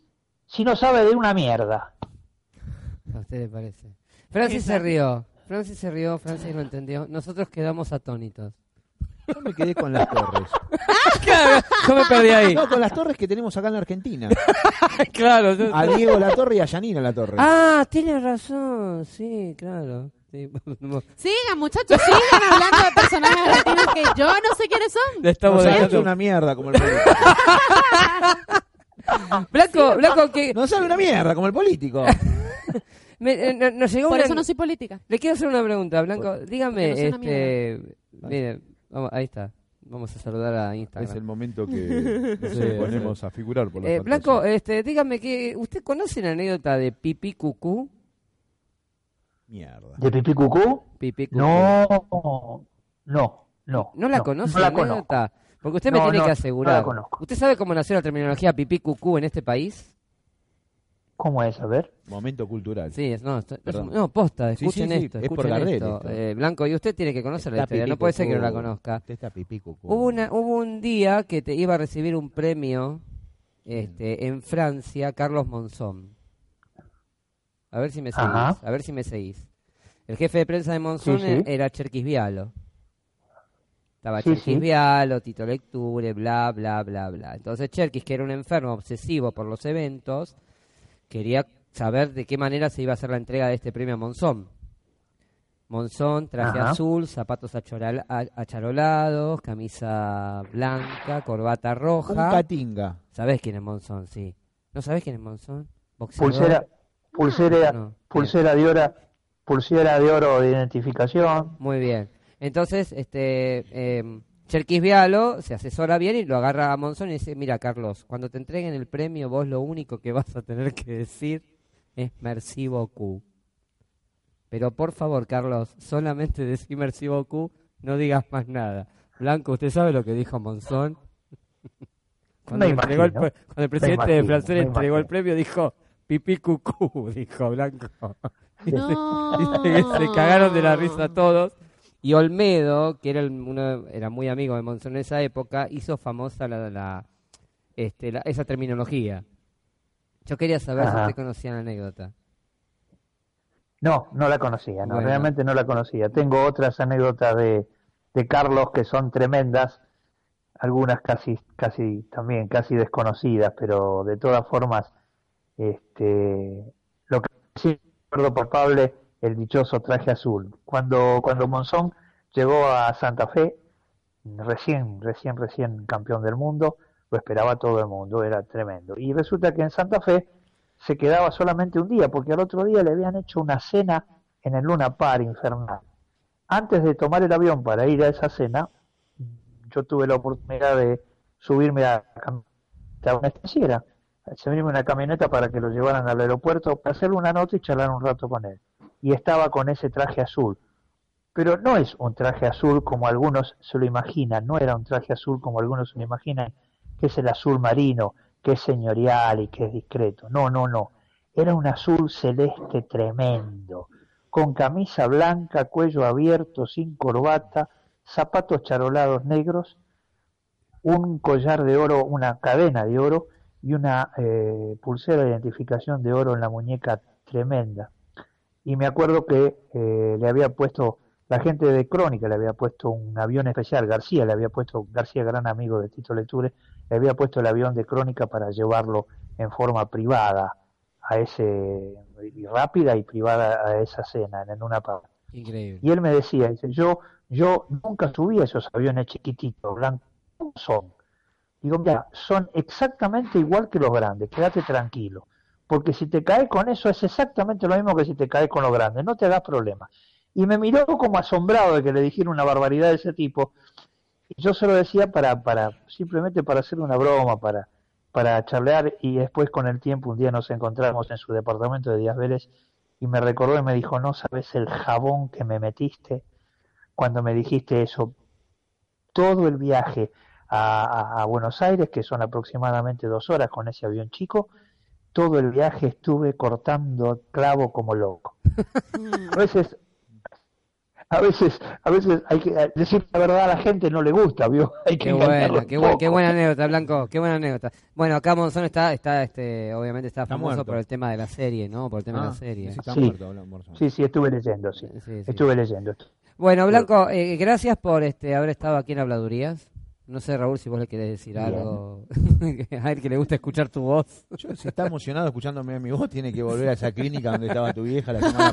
Speaker 7: si no sabe de una mierda?
Speaker 1: ¿A usted le parece? Francis se rió. Francis se rió, Francis lo entendió. Nosotros
Speaker 11: (laughs)
Speaker 1: quedamos atónitos.
Speaker 4: Yo me quedé con las
Speaker 1: (laughs)
Speaker 4: torres.
Speaker 11: Yo me perdí ahí.
Speaker 4: No, con las torres que tenemos acá en la Argentina.
Speaker 11: claro. yo-
Speaker 4: A Diego la torre y a Yanina la torre.
Speaker 1: Ah, tiene razón. Sí, claro. Sí, (laughs) vamos.
Speaker 2: Sigan, muchachos, sigan hablando de personajes argentinos que yo no sé quiénes son.
Speaker 11: le estamos
Speaker 4: Nos
Speaker 11: dando-
Speaker 4: sacaste una mierda como el
Speaker 1: (laughs)
Speaker 4: político.
Speaker 1: Blanco, Blanco, que
Speaker 4: No sabe una mierda como el
Speaker 7: (laughs)
Speaker 4: político.
Speaker 1: me- eh, no- nos llegó
Speaker 2: Por
Speaker 1: una-
Speaker 2: eso no soy política.
Speaker 1: Le quiero hacer una pregunta, Blanco. Dígame,
Speaker 2: porque no
Speaker 1: este, mire, vamos, ahí está. Vamos a saludar a Instagram.
Speaker 12: Es el momento
Speaker 1: (laughs)
Speaker 12: que nos
Speaker 11: Sí,
Speaker 12: ponemos a figurar por la
Speaker 1: Eh,
Speaker 12: pantalla.
Speaker 1: Blanco, este, dígame que usted conoce la anécdota de Pipi Cucú.
Speaker 4: Mierda.
Speaker 7: ¿De pipí cucú?
Speaker 1: Pipi Cucú.
Speaker 7: No, no, no.
Speaker 1: ¿No la conoce
Speaker 7: No
Speaker 1: la
Speaker 7: la conozco.
Speaker 1: anécdota? Porque usted me
Speaker 7: No,
Speaker 1: tiene
Speaker 7: no,
Speaker 1: que
Speaker 7: no la
Speaker 1: asegurar.
Speaker 7: conozco.
Speaker 1: ¿Usted sabe cómo nació la terminología Pipi Cucú en este país?
Speaker 7: ¿Cómo es? A ver.
Speaker 4: Momento cultural.
Speaker 1: Sí, es- no, esto- es-
Speaker 4: Perdón.
Speaker 1: no, posta,
Speaker 4: Sí, sí,
Speaker 1: escuchen
Speaker 4: sí,
Speaker 1: esto.
Speaker 4: es por
Speaker 1: escuchen
Speaker 4: Gardel
Speaker 1: esto.
Speaker 4: esto.
Speaker 1: Eh, Blanco, y usted tiene que conocer la
Speaker 4: Está
Speaker 1: historia, no
Speaker 4: pipí
Speaker 1: puede ser que no la
Speaker 4: cucú.
Speaker 1: conozca.
Speaker 4: Usted está pipí cucú.
Speaker 7: Oh.
Speaker 1: Hubo, una, hubo un día que te iba a recibir un premio este, en Francia, Carlos Monzón. A ver si me seguís.
Speaker 7: Ajá.
Speaker 1: A ver si me seguís. El jefe de prensa de Monzón
Speaker 7: Sí, sí.
Speaker 1: era Cherquis Vialo. Estaba
Speaker 7: Sí,
Speaker 1: Cherquis
Speaker 7: sí.
Speaker 1: Vialo, Tito Lecture, bla, bla, bla, bla. Entonces Cherquis, que era un enfermo obsesivo por los eventos, quería saber de qué manera se iba a hacer la entrega de este premio a Monzón. Monzón, traje
Speaker 7: Ajá.
Speaker 1: azul, zapatos achoral- a- acharolados, camisa blanca, corbata
Speaker 4: Un
Speaker 1: roja.
Speaker 4: catinga.
Speaker 1: ¿Sabés quién es Monzón? Sí. ¿No sabés quién es Monzón? Boxeador.
Speaker 7: Pulsera, pulsera,
Speaker 1: No.
Speaker 7: pulsera de oro, pulsera de oro de identificación.
Speaker 1: Muy bien. Entonces, este, eh, Cherkis Vialo se asesora bien y lo agarra a Monzón y dice, mira Carlos, cuando te entreguen el premio, vos lo único que vas a tener que decir es merci beaucoup. Pero por favor, Carlos, solamente decí merci beaucoup, no digas más nada. Blanco, ¿usted sabe lo que dijo Monzón? Cuando,
Speaker 7: (laughs) Me
Speaker 1: le entregó el
Speaker 7: imagino.
Speaker 1: pre- cuando el presidente de
Speaker 7: imagino,
Speaker 1: Francia le
Speaker 7: me
Speaker 1: entregó el
Speaker 7: imagino.
Speaker 1: premio, dijo pipí cucú, (laughs) dijo Blanco.
Speaker 2: No.
Speaker 1: Dice que (laughs) se cagaron de la risa todos. Y Olmedo, que era, el- uno, era muy amigo de Monzón en esa época, hizo famosa la, la- este, la- esa terminología. Yo quería saber si
Speaker 7: Ajá.
Speaker 1: usted conocía la anécdota.
Speaker 7: No, no la conocía, no,
Speaker 1: Bueno.
Speaker 7: realmente no la conocía. Tengo otras anécdotas de, de Carlos que son tremendas, algunas casi, casi también casi desconocidas, pero de todas formas, este, lo que sí recuerdo palpable, el dichoso traje azul. Cuando, cuando Monzón llegó a Santa Fe, recién, recién, recién campeón del mundo, lo esperaba todo el mundo, era tremendo. Y resulta que en Santa Fe se quedaba solamente un día, porque al otro día le habían hecho una cena en el Luna Par infernal. Antes de tomar el avión para ir a esa cena, yo tuve la oportunidad de subirme a, la camioneta, a una estanciera, subirme a una camioneta para que lo llevaran al aeropuerto, para hacerle una nota y charlar un rato con él. Y estaba con ese traje azul. Pero no es un traje azul como algunos se lo imaginan, no era un traje azul como algunos se lo imaginan, que es el azul marino, que es señorial y que es discreto. No, no, no. Era un azul celeste tremendo, con camisa blanca, cuello abierto, sin corbata, zapatos charolados negros, un collar de oro, una cadena de oro y una eh, pulsera de identificación de oro en la muñeca tremenda. Y me acuerdo que eh, le había puesto, la gente de Crónica le había puesto un avión especial, García le había puesto, García gran amigo de Tito Lecture, le había puesto el avión de Crónica para llevarlo en forma privada a ese, y rápida y privada a esa cena en una parte.
Speaker 1: Increíble.
Speaker 7: Y él me decía, dice, yo, yo nunca subí a esos aviones chiquititos, blancos, ¿cómo son? Digo, mira, son exactamente igual que los grandes, quédate tranquilo. Porque si te caes con eso es exactamente lo mismo que si te caes con los grandes, no te hagas problema. Y me miró como asombrado de que le dijera una barbaridad de ese tipo. Y yo se lo decía para, para, simplemente para hacer una broma, para, para charlar y después con el tiempo un día nos encontramos en su departamento de Díaz Vélez y me recordó y me dijo, no sabes el jabón que me metiste cuando me dijiste eso. Todo el viaje a, a- a Buenos Aires, que son aproximadamente dos horas con ese avión chico. Todo el viaje estuve cortando clavo como loco.
Speaker 2: Mm.
Speaker 7: A veces, a veces, a veces hay que decir la verdad a la gente no le gusta, ¿vio? (laughs) Hay que
Speaker 1: Qué
Speaker 7: engañarla
Speaker 1: bueno,
Speaker 7: un
Speaker 1: qué, bu- qué
Speaker 7: poco.
Speaker 1: buena anécdota, Blanco, qué buena anécdota. Bueno, acá Monzón está, está este, obviamente está
Speaker 4: Está
Speaker 1: famoso
Speaker 4: muerto. Ah.
Speaker 1: por el tema de la serie, ¿no? Por el tema de la serie.
Speaker 4: Sí, está
Speaker 7: Sí.
Speaker 4: muerto, Alan Morrison.
Speaker 7: Sí, sí, estuve leyendo, sí.
Speaker 1: Sí, sí.
Speaker 7: Estuve leyendo.
Speaker 1: Bueno, Blanco, eh, gracias por este, haber estado aquí en Habladurías. No sé, Raúl, si vos le querés decir
Speaker 7: Bien.
Speaker 1: algo (laughs) a él que le gusta escuchar tu voz.
Speaker 4: Yo, si está emocionado escuchándome a mi voz, tiene que volver a esa clínica donde estaba tu vieja la semana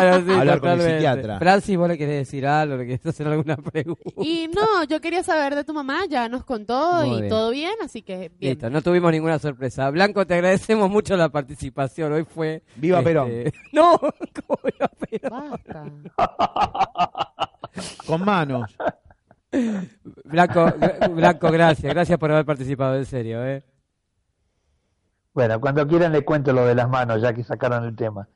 Speaker 1: (laughs) Claro, sí,
Speaker 4: hablar con el
Speaker 1: totalmente.
Speaker 4: psiquiatra.
Speaker 1: Francis, vos le querés decir algo, le querés hacer alguna pregunta.
Speaker 2: Y no, yo quería saber de tu mamá, ya nos contó
Speaker 1: Muy
Speaker 2: y
Speaker 1: bien.
Speaker 2: todo bien, así que bien.
Speaker 1: Listo, no tuvimos ninguna sorpresa. Blanco, te agradecemos mucho la participación. Hoy fue. este,
Speaker 4: Viva Perón.
Speaker 1: (laughs) No, ¿cómo viva Perón? (laughs)
Speaker 2: Basta.
Speaker 4: Con manos.
Speaker 1: Blanco, gra- Blanco, gracias. Gracias por haber participado, en serio, ¿eh?
Speaker 7: Bueno, cuando quieran le cuento lo de las manos, ya que sacaron el tema.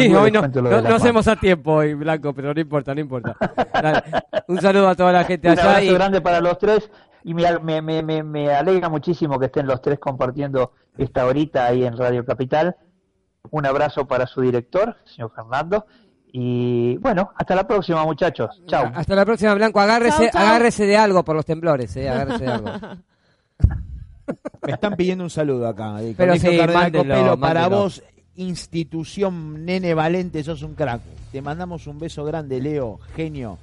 Speaker 1: (laughs) Sí,
Speaker 7: día
Speaker 1: hoy
Speaker 7: les
Speaker 1: no,
Speaker 7: cuento
Speaker 1: no-
Speaker 7: lo de las
Speaker 1: no
Speaker 7: manos.
Speaker 1: hacemos a tiempo hoy, Blanco, pero no importa, no importa. Dale, Un saludo a toda la gente
Speaker 7: Un
Speaker 1: allá.
Speaker 7: abrazo
Speaker 1: Y,
Speaker 7: grande para los tres y me, me, me- me- me alegra muchísimo que estén los tres compartiendo esta horita ahí en Radio Capital. Un abrazo para su director, señor Fernando. Y bueno, hasta la próxima, muchachos. Chao.
Speaker 1: hasta la próxima, Blanco. Agárrese,
Speaker 2: Chau, chau.
Speaker 1: agárrese de algo por los temblores, ¿eh? Agárrese de
Speaker 2: (laughs)
Speaker 1: algo.
Speaker 4: Me están pidiendo un saludo acá. de
Speaker 1: Pero
Speaker 4: Colegio
Speaker 1: sí,
Speaker 4: Cardenal
Speaker 1: mándelo,
Speaker 4: Copelo, para
Speaker 1: mándelo.
Speaker 4: vos, institución nene valente, sos un crack. Te mandamos un beso grande, Leo, genio,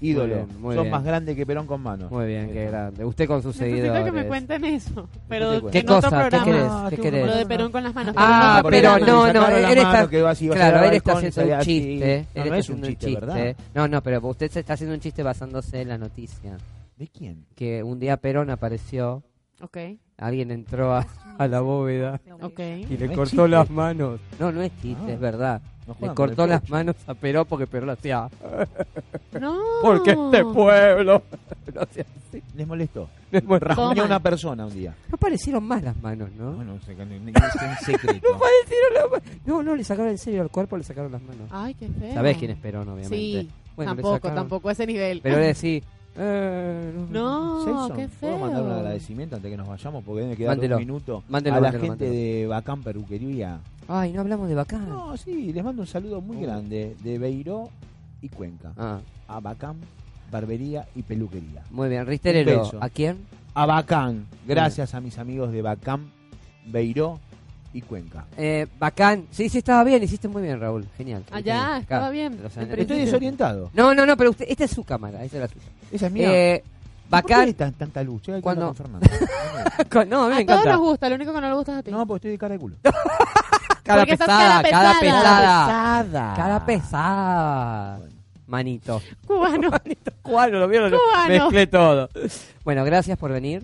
Speaker 4: ídolo.
Speaker 1: bien, muy
Speaker 4: sos
Speaker 1: bien.
Speaker 4: más grande que Perón con manos.
Speaker 1: Muy bien, qué grande. Usted con sus
Speaker 2: Necesito que me
Speaker 1: seguidores.
Speaker 2: cuenten eso,
Speaker 4: te
Speaker 2: pero
Speaker 4: cuento.
Speaker 1: ¿Qué
Speaker 2: en otro
Speaker 1: cosa? ¿Qué querés?
Speaker 2: programa.
Speaker 1: ¿Qué
Speaker 2: Lo de
Speaker 1: querés?
Speaker 2: Perón con las manos.
Speaker 1: Ah,
Speaker 2: pero
Speaker 1: pero
Speaker 2: no me
Speaker 1: no,
Speaker 4: le
Speaker 1: no,
Speaker 4: sacaron la
Speaker 1: él está,
Speaker 4: mano que vas y vas a
Speaker 1: claro,
Speaker 4: dar
Speaker 1: él está
Speaker 4: balcón y
Speaker 1: haciendo un
Speaker 4: salía así.
Speaker 1: chiste.
Speaker 4: No,
Speaker 1: él
Speaker 4: no
Speaker 1: está
Speaker 4: es un
Speaker 1: haciendo
Speaker 4: chiste, ¿verdad?
Speaker 1: No, no, pero usted se está haciendo un chiste basándose en la noticia.
Speaker 4: ¿De quién?
Speaker 1: Que un día Perón apareció,
Speaker 2: Ok,
Speaker 1: alguien entró a, a la bóveda
Speaker 2: ok.
Speaker 1: y le
Speaker 4: No es
Speaker 1: cortó
Speaker 4: chiste.
Speaker 1: las manos. No, no es chiste,
Speaker 4: Ah.
Speaker 1: es verdad.
Speaker 4: No
Speaker 1: Le
Speaker 4: juegan con el
Speaker 1: cortó las
Speaker 4: pecho.
Speaker 1: manos a Perón porque Perón hacía,
Speaker 2: No.
Speaker 1: porque este
Speaker 2: Ah.
Speaker 1: pueblo. (laughs) no hacía así.
Speaker 4: Les molestó.
Speaker 1: Les molestó.
Speaker 4: Rasguñó a
Speaker 2: Toman.
Speaker 4: una persona un día.
Speaker 1: No parecieron más las manos, ¿no?
Speaker 4: Bueno, se- es un
Speaker 1: (laughs)
Speaker 4: secreto.
Speaker 1: Parecieron las manos. No, no, le sacaron en serio al cuerpo, le sacaron las manos.
Speaker 2: Ay, qué feo.
Speaker 1: Sabés quién es Perón, obviamente.
Speaker 2: Ah, Sí,
Speaker 1: Bueno, le
Speaker 2: tampoco,
Speaker 1: sacaron-
Speaker 2: tampoco a ese nivel.
Speaker 1: Pero le decís, eh,
Speaker 2: (laughs) No,
Speaker 4: Jason,
Speaker 2: qué
Speaker 4: ¿puedo
Speaker 2: feo.
Speaker 4: mandar un agradecimiento antes de que nos vayamos? Porque debe quedar
Speaker 1: Mándelo.
Speaker 4: un minuto
Speaker 1: Mándelo,
Speaker 4: a la
Speaker 1: mándelo,
Speaker 4: gente
Speaker 1: mándelo. Ah.
Speaker 4: de Bacán Peruquería.
Speaker 1: Ay, no hablamos de bacán.
Speaker 4: No, sí, les mando un saludo muy
Speaker 1: Oh.
Speaker 4: grande de Beiró y Cuenca.
Speaker 1: Ah,
Speaker 4: A Bacán, Barbería y Peluquería.
Speaker 1: muy bien.
Speaker 4: Un
Speaker 1: Risterero,
Speaker 4: beso.
Speaker 1: ¿a quién?
Speaker 4: A Bacán, gracias a mis amigos de Bacán, Beiró y Cuenca.
Speaker 1: Eh, bacán. Sí, sí, estaba bien, hiciste muy bien, Raúl. Genial.
Speaker 2: Allá,
Speaker 1: Genial.
Speaker 2: estaba
Speaker 1: Acá,
Speaker 2: bien.
Speaker 1: los anales.
Speaker 2: En
Speaker 4: Estoy
Speaker 2: principio.
Speaker 4: desorientado.
Speaker 1: No, no, no, pero usted, esta es su cámara, esa es la suya.
Speaker 4: Esa es mía.
Speaker 1: Eh,
Speaker 4: ¿Por qué
Speaker 1: bacán.
Speaker 4: hay tan- tanta luz? Yo voy a
Speaker 1: Cuando- (laughs)
Speaker 4: hablar con Fernando.
Speaker 1: con- No, a mí me
Speaker 2: A todos
Speaker 1: encanta.
Speaker 2: nos gusta, lo único que no le gusta es a ti.
Speaker 4: No, porque estoy de cara de culo.
Speaker 1: Cara
Speaker 2: Porque sos
Speaker 1: pesada,
Speaker 2: cara
Speaker 1: cara
Speaker 2: pesada.
Speaker 1: pesada.
Speaker 4: Pesada.
Speaker 1: Cara pesada. Manito.
Speaker 2: (laughs) Cubano.
Speaker 1: Cubano, lo vieron.
Speaker 2: Cubano.
Speaker 1: Mezclé todo. Bueno, gracias por venir.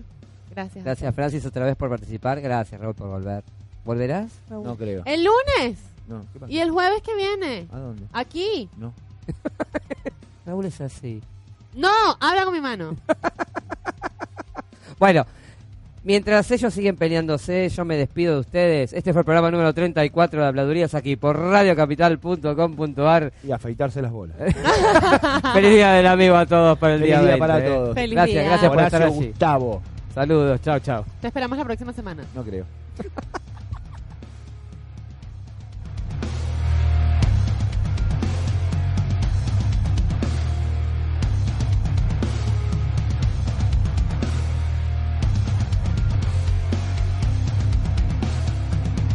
Speaker 2: Gracias.
Speaker 1: Gracias, Francis, otra vez por participar. Gracias, Raúl, por volver. ¿Volverás?
Speaker 4: No creo.
Speaker 2: El lunes
Speaker 4: No, ¿qué pasa?
Speaker 2: Eh, y el jueves que viene.
Speaker 4: ¿A dónde?
Speaker 2: Aquí.
Speaker 4: No.
Speaker 1: Raúl es así.
Speaker 2: No, habla con mi mano.
Speaker 1: Bueno, mientras ellos siguen peleándose, yo me despido de ustedes. Este fue el programa número 34 de Habladurías aquí por
Speaker 2: (laughs)
Speaker 1: radiocapital.com.ar.
Speaker 4: Y afeitarse las bolas.
Speaker 1: Feliz día del amigo a todos para el
Speaker 4: Feliz
Speaker 1: día
Speaker 4: día
Speaker 1: 20,
Speaker 4: para
Speaker 1: eh.
Speaker 4: todos.
Speaker 2: Feliz
Speaker 1: Gracias,
Speaker 2: día.
Speaker 1: gracias por estar
Speaker 4: Horacio
Speaker 1: allí.
Speaker 4: Gustavo.
Speaker 1: Saludos, chao, chao.
Speaker 2: Te esperamos la próxima semana.
Speaker 4: No creo.